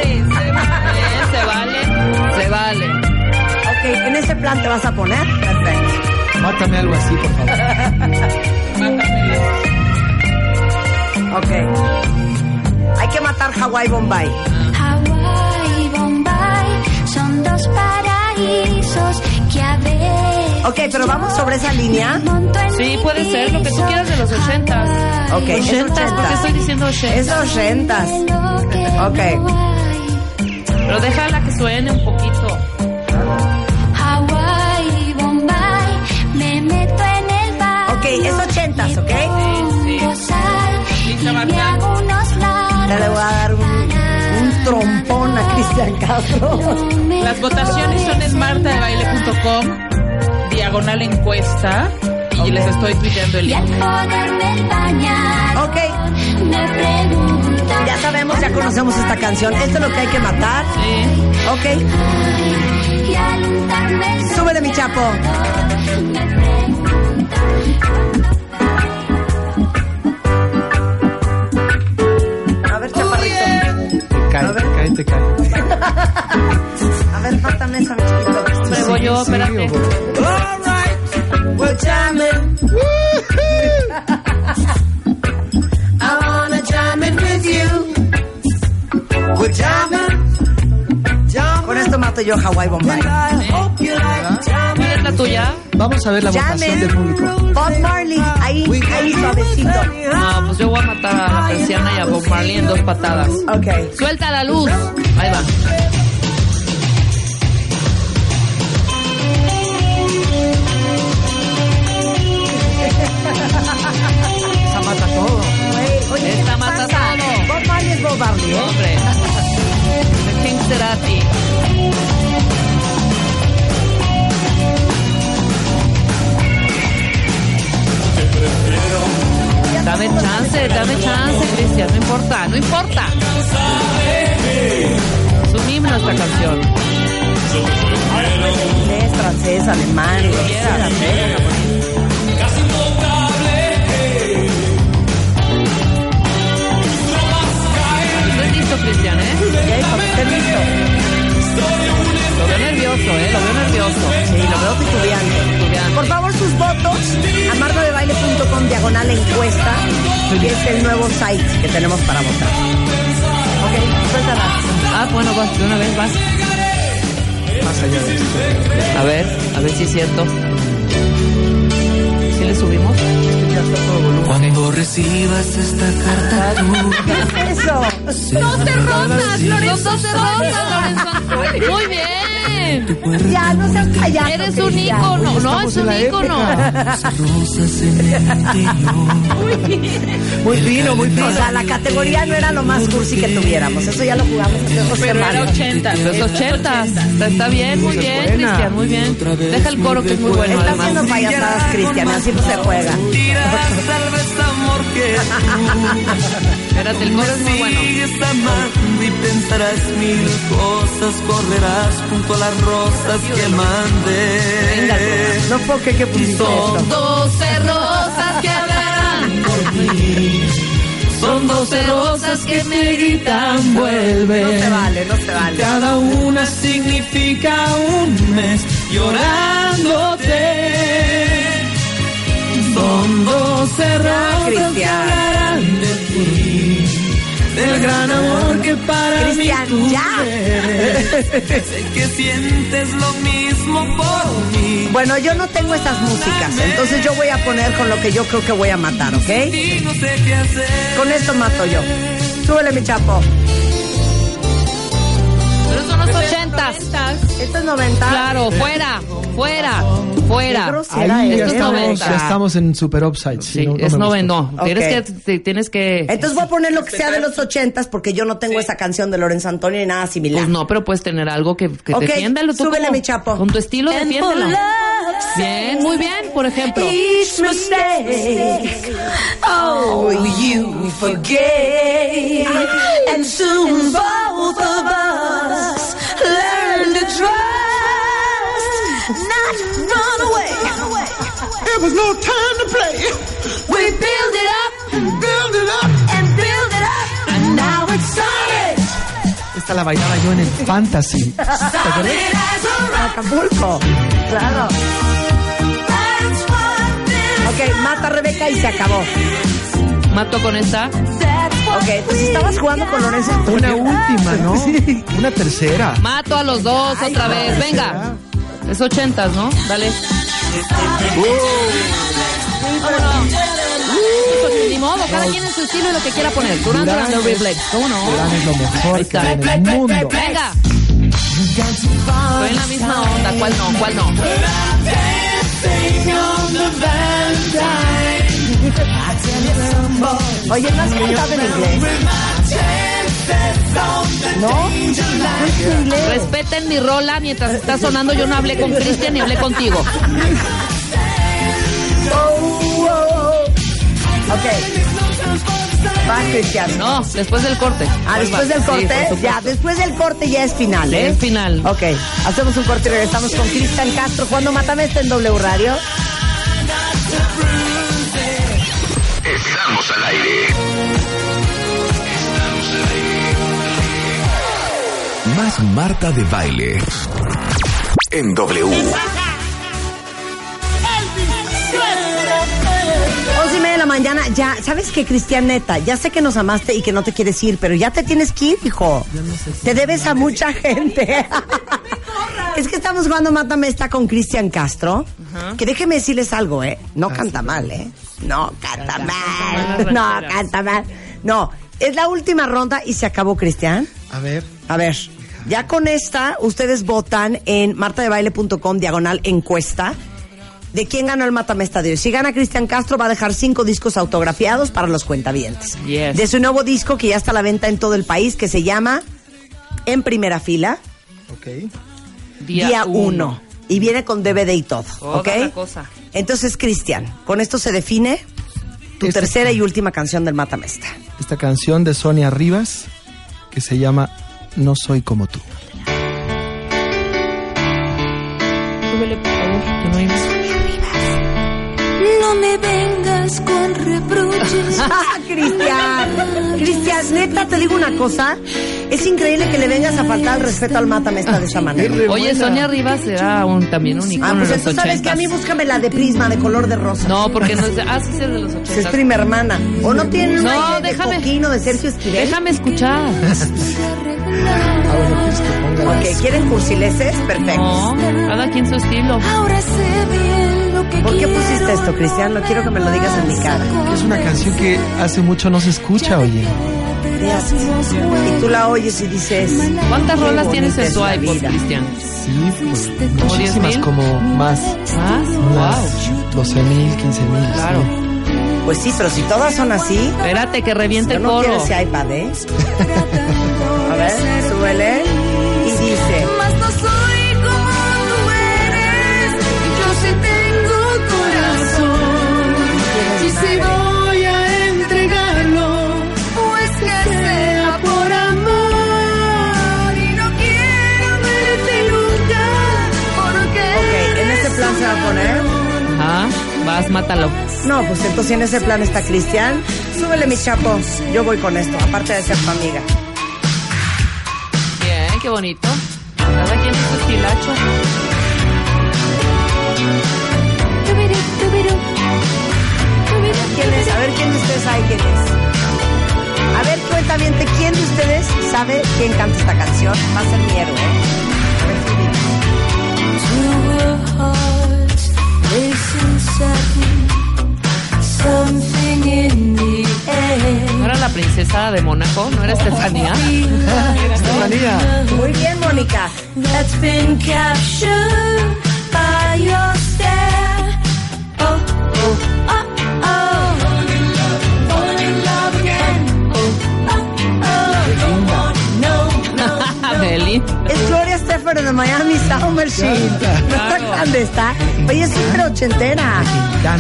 [SPEAKER 3] Bien, Se vale. Se vale.
[SPEAKER 2] Ok, en ese plan te vas a poner. Perfecto.
[SPEAKER 4] Mátame algo así, por favor.
[SPEAKER 2] Ok. Hay que matar Hawái Bombay.
[SPEAKER 9] Hawái y Bombay son dos paraísos que a veces.
[SPEAKER 2] Ok, pero vamos sobre esa línea.
[SPEAKER 9] me monto en
[SPEAKER 3] Sí,
[SPEAKER 9] mi
[SPEAKER 3] puede ser lo que tú quieras de los
[SPEAKER 9] piso.
[SPEAKER 3] ochentas.
[SPEAKER 2] Ok, es
[SPEAKER 3] Ochentas, ¿por qué estoy diciendo
[SPEAKER 2] Es
[SPEAKER 3] ochentas?
[SPEAKER 2] ochentas.
[SPEAKER 9] Lo que no
[SPEAKER 2] Ok.
[SPEAKER 9] hay.
[SPEAKER 3] Pero déjala que suene un poquito.
[SPEAKER 9] Hawái y Bombay, me meto en el bar.
[SPEAKER 2] Ok, es ochentas, ¿ok?
[SPEAKER 9] Y me hago unos
[SPEAKER 2] Ya le voy a
[SPEAKER 9] largos.
[SPEAKER 2] dar un, un trompón a Cristian Castro.
[SPEAKER 8] Las votaciones son en martadebaile.com, diagonal encuesta, y les estoy tuiteando el
[SPEAKER 9] Y al
[SPEAKER 8] link.
[SPEAKER 9] ponerme el bañar,
[SPEAKER 2] Ok,
[SPEAKER 9] me pregunto.
[SPEAKER 2] ya sabemos, ya conocemos esta canción. Esto es lo que hay que matar.
[SPEAKER 3] Sí.
[SPEAKER 2] Ok,
[SPEAKER 9] Y al untarme el
[SPEAKER 2] súbele mi chapo. A ver, chaparrito.
[SPEAKER 3] (laughs)
[SPEAKER 4] Cállate, cállate, cállate.
[SPEAKER 2] A ver, mátame esa, mi chiquito.
[SPEAKER 3] Hombre, voy yo, espérate.
[SPEAKER 2] Con esto mato yo Hawái Bombay.
[SPEAKER 3] ¿Cuál es la tuya?
[SPEAKER 4] Vamos a ver la votación
[SPEAKER 2] Llamen.
[SPEAKER 4] del público.
[SPEAKER 2] Bob Marley, ahí, ahí, suavecito.
[SPEAKER 3] No, pues yo voy a matar a la persiana y a Bob Marley en dos patadas.
[SPEAKER 2] Ok.
[SPEAKER 3] Suelta la luz. Ahí va. (laughs) Esa mata todo.
[SPEAKER 2] Ey, Oye,
[SPEAKER 3] Esta
[SPEAKER 2] ¿qué
[SPEAKER 3] mata
[SPEAKER 2] pasa?
[SPEAKER 3] todo.
[SPEAKER 2] Bob Marley es Bob Marley, ¿eh?
[SPEAKER 3] Hombre. The King Cerati. Dame chance, dame chance, Cristian, no importa, no importa. Es un himno esta canción.
[SPEAKER 2] Inglés, francés, alemán, lo que quieras.
[SPEAKER 3] Estás listo, Cristian, ¿eh?
[SPEAKER 2] Ya, hijo, esté listo.
[SPEAKER 3] Lo veo nervioso, ¿eh? Lo veo nervioso.
[SPEAKER 2] Sí, lo veo titubeante.
[SPEAKER 3] Estudiante.
[SPEAKER 2] Por favor, sus votos a martadebaile.com diagonal encuesta, que es el nuevo site que tenemos para votar. Ok, suéltala.
[SPEAKER 3] Ah, bueno, vas, de una vez vas.
[SPEAKER 4] Más allá de esto.
[SPEAKER 3] A ver, a ver si es cierto. Si le
[SPEAKER 8] le subimos?
[SPEAKER 6] Cuando recibas esta carta tú,
[SPEAKER 2] ¿Qué es eso?
[SPEAKER 3] ¡Doce rosas, Lorenzo! ¡Doce rosas, (laughs) Lorenzo! ¡Muy bien!
[SPEAKER 2] Ya, no seas callado.
[SPEAKER 3] Eres un
[SPEAKER 2] Cristian.
[SPEAKER 3] ícono, no,
[SPEAKER 4] estamos
[SPEAKER 3] es
[SPEAKER 4] en
[SPEAKER 3] un
[SPEAKER 4] la
[SPEAKER 3] ícono.
[SPEAKER 6] rosas en el interior.
[SPEAKER 2] Muy fino, muy fino. O sea, la categoría no era lo más cursi que tuviéramos. Eso ya lo jugamos hace dos
[SPEAKER 8] Pero era
[SPEAKER 2] semanas.
[SPEAKER 8] 80.
[SPEAKER 3] Los ochentas. Está, está bien, muy bien, Cristian, muy bien. Deja el coro que es muy bueno,
[SPEAKER 2] Está
[SPEAKER 3] además.
[SPEAKER 2] haciendo payasadas, Cristian. Así no se juega.
[SPEAKER 6] Dirás tal vez amor que
[SPEAKER 3] Espérate, el coro es muy bueno.
[SPEAKER 6] sigues amando y pensarás mil cosas, correrás junto a las rosas que mandé.
[SPEAKER 3] Venga,
[SPEAKER 2] No puedo creer que pusiste esto.
[SPEAKER 3] Doce rosas que hablarán por ti. Son doce rosas que me gritan.
[SPEAKER 2] No se vale, no se vale.
[SPEAKER 5] Cada una significa un mes llorándote. Son doce rosas que
[SPEAKER 2] Cristian.
[SPEAKER 5] hablarán de ti, del gran amor que para mí tú
[SPEAKER 2] Cristian, ya.
[SPEAKER 6] Sé que sientes lo mismo por mí.
[SPEAKER 2] Bueno, yo no tengo esas músicas. Entonces yo voy a poner con lo que yo creo que voy a matar, ¿ok?
[SPEAKER 6] Y no sé qué hacer.
[SPEAKER 2] Con esto mato yo. Súbele, mi chapo.
[SPEAKER 3] Pero son los ochentas.
[SPEAKER 2] Esto es 90.
[SPEAKER 3] Claro, fuera, fuera, fuera.
[SPEAKER 2] grosera
[SPEAKER 3] Esto
[SPEAKER 2] eres.
[SPEAKER 3] es
[SPEAKER 4] Estamos, ya
[SPEAKER 3] noventa.
[SPEAKER 4] estamos en super upside. sí,
[SPEAKER 3] Sí,
[SPEAKER 4] no- no
[SPEAKER 3] es
[SPEAKER 4] me gusta.
[SPEAKER 3] noveno.
[SPEAKER 2] Ok.
[SPEAKER 3] Tienes que, te- tienes que.
[SPEAKER 2] Entonces voy a poner lo que sea de los ochentas porque yo no tengo esa canción de Lorenzo Antonio ni nada similar.
[SPEAKER 3] Pues no, pero puedes tener algo que, que
[SPEAKER 2] Ok,
[SPEAKER 3] defiéndalo tú.
[SPEAKER 2] súbele,
[SPEAKER 3] como-
[SPEAKER 2] mi chapo.
[SPEAKER 3] Con tu estilo,
[SPEAKER 2] And
[SPEAKER 3] defiéndalo.
[SPEAKER 2] for love's
[SPEAKER 3] Bien, muy bien, por ejemplo.
[SPEAKER 2] Each mistake, oh, you forgave, and soon both of us learned to trust, not run away.
[SPEAKER 5] It was no time to play.
[SPEAKER 2] We build it up
[SPEAKER 5] Build it up.
[SPEAKER 2] and build it up, and now it's solid.
[SPEAKER 4] Esta la bailaba yo en el
[SPEAKER 3] (laughs)
[SPEAKER 4] fantasy.
[SPEAKER 2] Solid as a rock. Acapulco, claro. Ok, mata a Rebeca y se acabó.
[SPEAKER 3] Mato con esta.
[SPEAKER 2] Ok, entonces estabas jugando con Lorenzo Antonio.
[SPEAKER 4] Una última, ¿no? Una tercera.
[SPEAKER 3] Mato a los dos otra vez. Venga. Es ochentas, ¿no? Dale. ¿Cómo no? Pues, Ni modo, cada quien en su estilo y lo que quiera poner. Durán, Durán, The Reflex. ¿Cómo no?
[SPEAKER 4] Durán es lo mejor
[SPEAKER 3] Ahí está.
[SPEAKER 4] que hay en el mundo.
[SPEAKER 3] Venga. Estoy en la misma onda. ¿Cuál no? ¿Cuál no?
[SPEAKER 2] Oye, ¿no has cantado en inglés? ¿No? ¿No es tu inglés?
[SPEAKER 3] Respeten mi rola mientras está sonando. Yo no hablé con Cristian ni hablé contigo.
[SPEAKER 2] Oh, oh, oh. Ok. Va, Cristian.
[SPEAKER 3] No, después del corte.
[SPEAKER 2] Ah, después del
[SPEAKER 3] Pues Sí, por
[SPEAKER 2] corte,
[SPEAKER 3] supuesto.
[SPEAKER 2] ya, después del corte ya es final, ¿eh?
[SPEAKER 3] Es final.
[SPEAKER 2] Ok, hacemos un corte y regresamos con Cristian Castro. Cuando Matame está en W Radio.
[SPEAKER 1] Estamos al aire. Estamos al aire. Más Marta de Baile. En W.
[SPEAKER 2] Once y media de la mañana, ya, ¿sabes qué, Cristian Neta? Ya sé que nos amaste y que no te quieres ir, pero ya te tienes que ir, hijo. te debes a mucha (laughs) gente. es que estamos jugando Mátame está con Cristian Castro. Que déjeme decirles algo, ¿eh? No canta mal, ¿eh? No canta mal. No canta mal. No, es la última ronda y se acabó, Cristian.
[SPEAKER 4] A ver.
[SPEAKER 2] A ver, ya con esta, ustedes votan en martadebaile.com diagonal encuesta. ¿De quién ganó el Matamesta de hoy? Si gana Cristian Castro, va a dejar cinco discos autografiados para los cuentavientes.
[SPEAKER 3] Yes.
[SPEAKER 2] De su nuevo disco que ya está a la venta en todo el país, que se llama En Primera Fila,
[SPEAKER 4] Ok.
[SPEAKER 2] Día, uno. Y viene con DVD y todo.
[SPEAKER 3] Toda
[SPEAKER 2] ¿Ok?
[SPEAKER 3] la cosa.
[SPEAKER 2] Entonces, Cristian, con esto se define tu
[SPEAKER 4] Esta-
[SPEAKER 2] tercera y última canción del Matamesta.
[SPEAKER 4] Esta canción de Sonia Rivas que se llama No soy como tú.
[SPEAKER 9] No me vengas
[SPEAKER 2] (laughs)
[SPEAKER 9] con reproches.
[SPEAKER 2] ¡Ah, Cristian! Cristian, neta, te digo una cosa. Es increíble que le vengas a faltar el respeto al Mátame está de esa manera.
[SPEAKER 3] Oye, Sonia Rivas era un, también un icono
[SPEAKER 2] Ah, pues
[SPEAKER 3] de los
[SPEAKER 2] entonces sabes que a mí pues
[SPEAKER 3] ochentas.
[SPEAKER 2] búscame la de Prisma de color de rosa.
[SPEAKER 3] No, porque no es de... Ah, sí, sí, es de los ochentas.
[SPEAKER 2] Es prima hermana. ¿O no tienen una
[SPEAKER 3] No,
[SPEAKER 2] idea de
[SPEAKER 3] déjame.
[SPEAKER 2] Coquino, de Sergio Esquivel?
[SPEAKER 3] Déjame escuchar.
[SPEAKER 2] Ok, ¿quieren cursileses? Perfecto.
[SPEAKER 3] No, cada quien su estilo.
[SPEAKER 9] Ahora sé bien lo
[SPEAKER 2] ¿Por qué pusiste esto, Cristian? No quiero que me lo digas en mi cara.
[SPEAKER 4] Es una canción que hace mucho no se escucha, oye.
[SPEAKER 2] Y tú la oyes y dices.
[SPEAKER 3] ¿Cuántas
[SPEAKER 2] qué
[SPEAKER 3] rolas tienes
[SPEAKER 2] bonita
[SPEAKER 3] en
[SPEAKER 2] es
[SPEAKER 3] tu
[SPEAKER 2] la
[SPEAKER 3] iPod,
[SPEAKER 2] vida.
[SPEAKER 3] Cristian?
[SPEAKER 4] Sí, pues,
[SPEAKER 3] ¿Como
[SPEAKER 4] muchísimas,
[SPEAKER 3] 10.000?
[SPEAKER 4] como más.
[SPEAKER 2] ¿Ah? (laughs)
[SPEAKER 3] ¿Más?
[SPEAKER 4] Unas 12.000, 15.000.
[SPEAKER 3] Claro.
[SPEAKER 4] sí.
[SPEAKER 2] Pues sí, pero si todas son así,
[SPEAKER 3] Espérate, que reviente
[SPEAKER 2] yo
[SPEAKER 3] el
[SPEAKER 2] no quiero
[SPEAKER 3] coro.
[SPEAKER 2] ese iPad, ¿eh? A ver, súbele. Y dice.
[SPEAKER 9] Más no soy como tú eres. Yo sí tengo corazón. Y si voy a entregarlo, pues que sea por amor. Y no quiero verte nunca, porque.
[SPEAKER 2] Ok, en
[SPEAKER 9] este
[SPEAKER 2] ese plan se va a poner.
[SPEAKER 3] Ajá. Ah, Vas, mátalo.
[SPEAKER 2] No, pues entonces si en ese plan está Cristian. Súbele, mi chapo. Yo voy con esto, aparte de ser tu amiga.
[SPEAKER 3] Bien, qué bonito. Cada quien su estilacho.
[SPEAKER 2] ¿Quién es? A ver quién de ustedes sabe quién es. A ver, cuéntame, ¿quién de ustedes sabe quién canta esta canción? Va a ser mi héroe. ¿eh? A ver, tú dime.
[SPEAKER 9] Something in the air.
[SPEAKER 3] ¿No era la princesa de Mónaco? ¿No
[SPEAKER 2] (laughs)
[SPEAKER 3] era Estefanía?
[SPEAKER 4] Estefanía,
[SPEAKER 2] Muy bien, Mónica.
[SPEAKER 9] That's been captured by your stare. Oh, oh, oh, oh. Fall in love again. Oh, oh, oh. Don't want
[SPEAKER 3] (laughs)
[SPEAKER 9] no, no,
[SPEAKER 3] Belín.
[SPEAKER 2] Es Gloria Stefan de Miami Summer Shield. No está grande, está. Oye, es súper
[SPEAKER 4] Ah,
[SPEAKER 2] ochentera.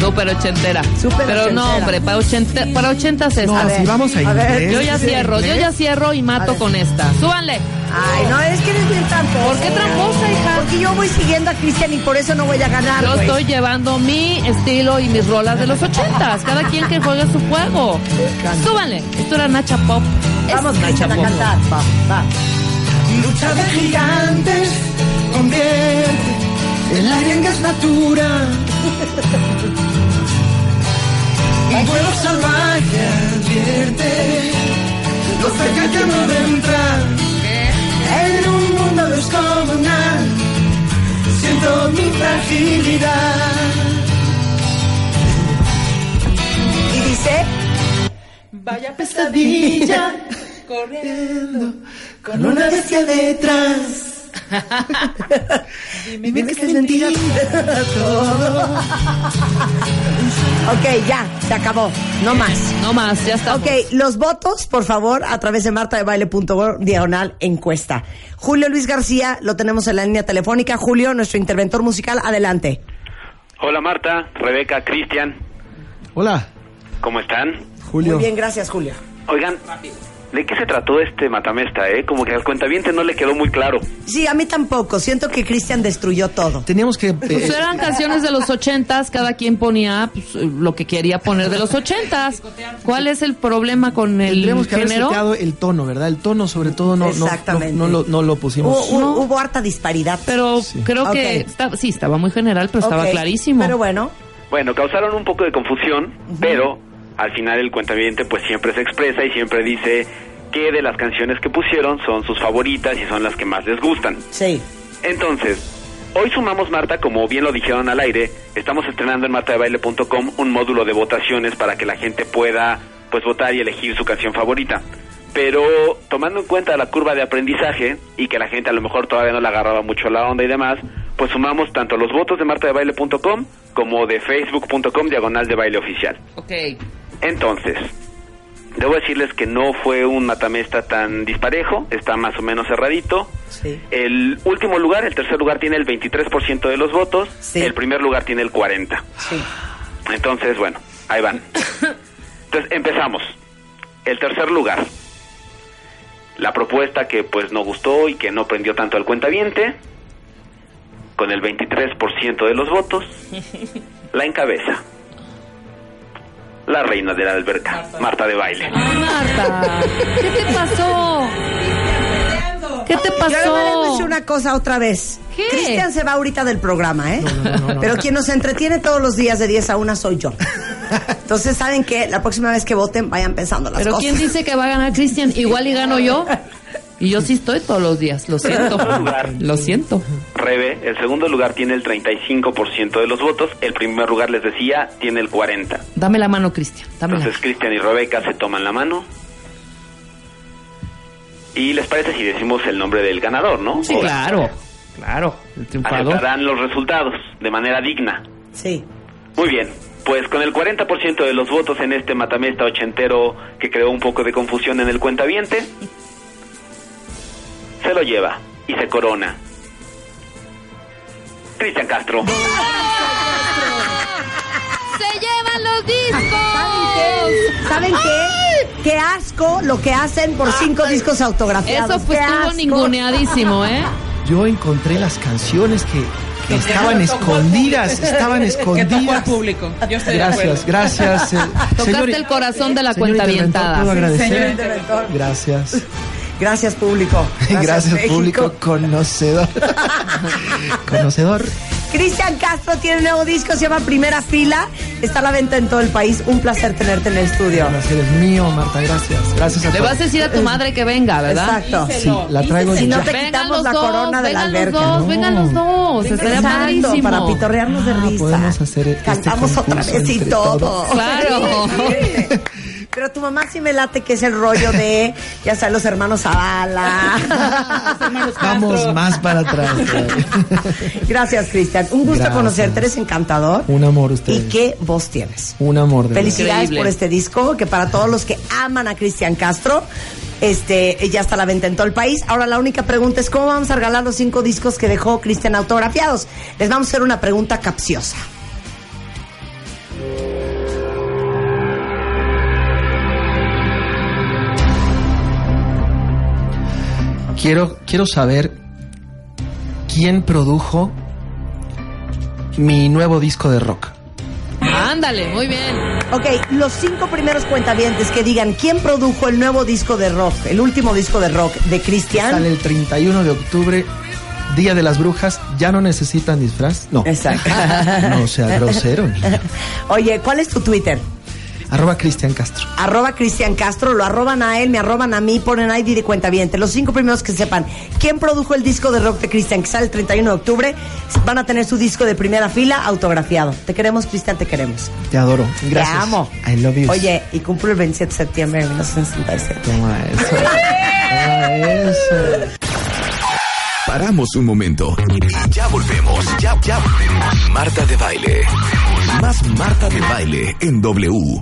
[SPEAKER 3] Súper ochentera.
[SPEAKER 2] Súper
[SPEAKER 3] Pero no,
[SPEAKER 2] ochentera.
[SPEAKER 3] hombre, para, ochenta, para ochentas es.
[SPEAKER 4] no,
[SPEAKER 3] A ver,
[SPEAKER 4] si ah, vamos a
[SPEAKER 2] a ver,
[SPEAKER 4] inglés.
[SPEAKER 3] yo ya
[SPEAKER 4] sí,
[SPEAKER 3] cierro, yo ya cierro y mato con esta. ¡Súbanle!
[SPEAKER 2] Ay, no, es que eres bien tramposa. ¿eh?
[SPEAKER 3] ¿Por qué tramposa, hija?
[SPEAKER 2] Porque yo voy siguiendo a Cristian y por eso no voy a ganar.
[SPEAKER 3] Yo
[SPEAKER 2] güey.
[SPEAKER 3] estoy llevando mi estilo y mis rolas de los ochentas. Cada quien que juegue su juego. Súbanle. Esto era Nacha Pop. Es
[SPEAKER 2] Vamos, Cristian, a
[SPEAKER 3] Pop.
[SPEAKER 2] cantar. Este Va, va.
[SPEAKER 5] Lucha de gigantes, convierte el aire en gas natural. Un vuelo salvaje advierte lo cerca que hemos de entrar en un mundo descomunal. Siento mi fragilidad.
[SPEAKER 2] Y dice. (laughs)
[SPEAKER 5] Vaya pesadilla, corriendo con una bestia
[SPEAKER 2] (laughs)
[SPEAKER 5] detrás. Dime que es mentira (laughs) todo.
[SPEAKER 2] Ok, ya, se acabó. No más.
[SPEAKER 3] No más, ya está.
[SPEAKER 2] Ok, los votos, por favor, a través de martadebaile.org, diagonal encuesta. Julio Luis García, lo tenemos en la línea telefónica. Julio, nuestro interventor musical, adelante.
[SPEAKER 10] Hola Marta, Rebeca, Cristian,
[SPEAKER 4] Hola,
[SPEAKER 10] ¿cómo están?
[SPEAKER 4] Julio.
[SPEAKER 2] Muy bien, gracias, Julio.
[SPEAKER 10] Oigan, ¿de qué se trató este matamesta, eh? Como que al cuentaviente no le quedó muy claro.
[SPEAKER 2] Sí, a mí tampoco. Siento que Cristian destruyó todo.
[SPEAKER 4] Teníamos que... eh,
[SPEAKER 3] Pues eran canciones de los ochentas, cada quien ponía pues, eh, lo que quería poner de los ochentas. ¿Cuál es el problema con
[SPEAKER 5] eh,
[SPEAKER 3] el
[SPEAKER 4] Tendríamos que haber
[SPEAKER 3] género?
[SPEAKER 4] seteado el tono, ¿verdad? El tono, sobre todo, no, no, no,
[SPEAKER 2] Exactamente.
[SPEAKER 4] no lo, no lo pusimos.
[SPEAKER 2] Hubo, hubo-
[SPEAKER 8] Oh,
[SPEAKER 2] hubo harta disparidad.
[SPEAKER 3] Pero creo que
[SPEAKER 2] Ok.
[SPEAKER 3] está- sí, estaba muy general, pero estaba
[SPEAKER 2] Ok,
[SPEAKER 3] clarísimo.
[SPEAKER 2] Pero bueno,
[SPEAKER 10] Bueno, causaron un poco de confusión, pero al final el cuentaviente pues siempre se expresa y siempre dice que de las canciones que pusieron son sus favoritas y son las que más les gustan.
[SPEAKER 2] sí.
[SPEAKER 10] Entonces, hoy sumamos Marta, como bien lo dijeron al aire, estamos estrenando en martadebaile.com un módulo de votaciones para que la gente pueda pues votar y elegir su canción favorita. Pero tomando en cuenta la curva de aprendizaje y que la gente a lo mejor todavía no le agarraba mucho la onda y demás, pues sumamos tanto los votos de martadebaile.com como de facebook.com diagonal de baile oficial.
[SPEAKER 3] Ok.
[SPEAKER 10] Entonces, debo decirles que no fue un matamesta tan disparejo, está más o menos cerradito.
[SPEAKER 2] Sí.
[SPEAKER 10] El último lugar, el tercer lugar tiene el 23% de los votos,
[SPEAKER 2] Sí.
[SPEAKER 10] el primer lugar tiene el 40.
[SPEAKER 2] Sí.
[SPEAKER 10] Entonces, bueno, ahí van. Entonces, empezamos. El tercer lugar. La propuesta que pues no gustó y que no prendió tanto al cuentaviente, con el 23% de los votos, la encabeza. La reina de la alberca, Marta de baile.
[SPEAKER 3] Marta, ¿qué te pasó? ¿Qué te
[SPEAKER 2] Yo le voy a decir
[SPEAKER 3] pasó?
[SPEAKER 2] una cosa otra vez.
[SPEAKER 3] ¿Qué?
[SPEAKER 2] Cristian se va ahorita del programa, ¿eh? Pero quien nos entretiene todos los días de 10 a 1 soy
[SPEAKER 4] (laughs)
[SPEAKER 2] yo. Entonces, ¿saben qué? La próxima vez que voten, vayan pensando las
[SPEAKER 3] Pero
[SPEAKER 2] cosas.
[SPEAKER 3] ¿quién dice que va a ganar Cristian? Igual y gano yo. Y yo sí estoy todos los días, lo siento. Lo siento.
[SPEAKER 10] Rebe, el segundo lugar tiene el 35% de los votos, el primer lugar les decía tiene el 40.
[SPEAKER 3] Dame la mano, Cristian. Dame la
[SPEAKER 10] Entonces Cristian y Rebeca se toman la mano. ¿Y les parece si decimos el nombre del ganador, no?
[SPEAKER 3] Sí,
[SPEAKER 10] O
[SPEAKER 3] claro. Claro. El triunfador.
[SPEAKER 10] Aceptarán los resultados de manera digna.
[SPEAKER 2] Sí.
[SPEAKER 10] Muy bien. Pues con el 40% de los votos en este matamesta ochentero que creó un poco de confusión en el cuentaviente, se lo lleva y se corona. Cristian Castro.
[SPEAKER 9] Se llevan los discos.
[SPEAKER 2] ¿Saben qué? Qué asco lo que hacen por cinco discos autografiados.
[SPEAKER 3] Eso pues
[SPEAKER 2] Qué
[SPEAKER 3] estuvo
[SPEAKER 2] asco.
[SPEAKER 3] ninguneadísimo, ¿eh?
[SPEAKER 5] Yo encontré las canciones que, que
[SPEAKER 8] Este
[SPEAKER 5] estaban escondidas, estaban
[SPEAKER 8] (laughs) Que tocó al
[SPEAKER 5] escondidas.
[SPEAKER 8] público. Yo estoy
[SPEAKER 5] Gracias,
[SPEAKER 8] de acuerdo.
[SPEAKER 5] gracias. eh,
[SPEAKER 3] (laughs) Tocaste
[SPEAKER 5] señor-
[SPEAKER 3] el corazón de la
[SPEAKER 5] señor
[SPEAKER 3] cuenta
[SPEAKER 5] interventor, ¿puedo
[SPEAKER 3] avientada.
[SPEAKER 5] agradecer?
[SPEAKER 2] Señor interventor.
[SPEAKER 5] Gracias.
[SPEAKER 2] Gracias,
[SPEAKER 4] (laughs)
[SPEAKER 2] público.
[SPEAKER 5] (laughs) Gracias,
[SPEAKER 2] México.
[SPEAKER 5] público
[SPEAKER 8] (laughs)
[SPEAKER 5] conocedor. conocedor.
[SPEAKER 2] Cristian Castro tiene un nuevo disco, se llama Primera Fila. Está a la venta en todo el país. Un placer tenerte en el estudio.
[SPEAKER 5] El placer es mío, Marta. Gracias. Gracias a
[SPEAKER 3] Le
[SPEAKER 5] todos.
[SPEAKER 3] vas a decir a tu madre que venga, ¿verdad?
[SPEAKER 2] Exacto.
[SPEAKER 5] Sí, la traigo
[SPEAKER 2] Si
[SPEAKER 5] ya.
[SPEAKER 2] no te
[SPEAKER 3] Vengan
[SPEAKER 2] quitamos
[SPEAKER 3] los
[SPEAKER 2] la
[SPEAKER 3] dos,
[SPEAKER 2] corona de la
[SPEAKER 3] vengan los
[SPEAKER 2] alberca.
[SPEAKER 3] dos,
[SPEAKER 5] ¿no?
[SPEAKER 3] Vengan los dos, estaría
[SPEAKER 2] Exacto,
[SPEAKER 3] padrísimo.
[SPEAKER 2] para pitorrearnos de
[SPEAKER 5] Ah,
[SPEAKER 2] risa.
[SPEAKER 5] podemos hacer este
[SPEAKER 2] Cantamos otra
[SPEAKER 5] concurso
[SPEAKER 2] vez y
[SPEAKER 5] entre
[SPEAKER 2] todo. (laughs)
[SPEAKER 5] todos.
[SPEAKER 3] Claro.
[SPEAKER 2] Pero tu mamá sí me late que es el rollo de, ya sabes, los hermanos
[SPEAKER 5] (laughs)
[SPEAKER 2] Zavala.
[SPEAKER 5] Vamos más para atrás.
[SPEAKER 8] (laughs)
[SPEAKER 2] Gracias, Cristian. Un gusto
[SPEAKER 5] Gracias.
[SPEAKER 2] conocerte, eres encantador.
[SPEAKER 5] Un amor usted.
[SPEAKER 2] ¿Y qué voz tienes?
[SPEAKER 5] Un amor de verdad.
[SPEAKER 2] Felicidades
[SPEAKER 3] Increíble.
[SPEAKER 2] por este disco, que para todos los que aman a Cristian Castro, este, ya está a la venta en todo el país. Ahora la única pregunta es cómo vamos a regalar los cinco discos que dejó Cristian autografiados. Les vamos a hacer una pregunta capciosa.
[SPEAKER 5] Quiero, quiero saber quién produjo mi nuevo disco de rock.
[SPEAKER 3] Ándale, muy bien.
[SPEAKER 2] Ok, los cinco primeros cuentavientes que digan quién produjo el nuevo disco de rock, el último disco de rock de
[SPEAKER 5] Sale
[SPEAKER 2] Cristian.
[SPEAKER 5] el 31 de octubre, Día de las Brujas. ¿Ya no necesitan disfraz? No.
[SPEAKER 2] Exacto. (laughs)
[SPEAKER 5] (laughs) No sea grosero, niño.
[SPEAKER 2] Oye, ¿cuál es tu Twitter?
[SPEAKER 5] Arroba Cristian Castro.
[SPEAKER 2] Arroba Cristian Castro, lo arroban a él, me arroban a mí, ponen ID de cuenta viente. Los cinco primeros que sepan quién produjo el disco de rock de Cristian, que sale el 31 de octubre, van a tener su disco de primera fila autografiado. Te queremos, Cristian, te queremos.
[SPEAKER 5] Te adoro. Gracias.
[SPEAKER 2] Te amo.
[SPEAKER 5] I love you.
[SPEAKER 2] Oye, y cumplo el 27 de septiembre de 1967.
[SPEAKER 5] Toma eso. Toma eso.
[SPEAKER 1] Paramos un momento. Ya volvemos. Ya, ya volvemos. Marta de baile. Más Marta de baile en W.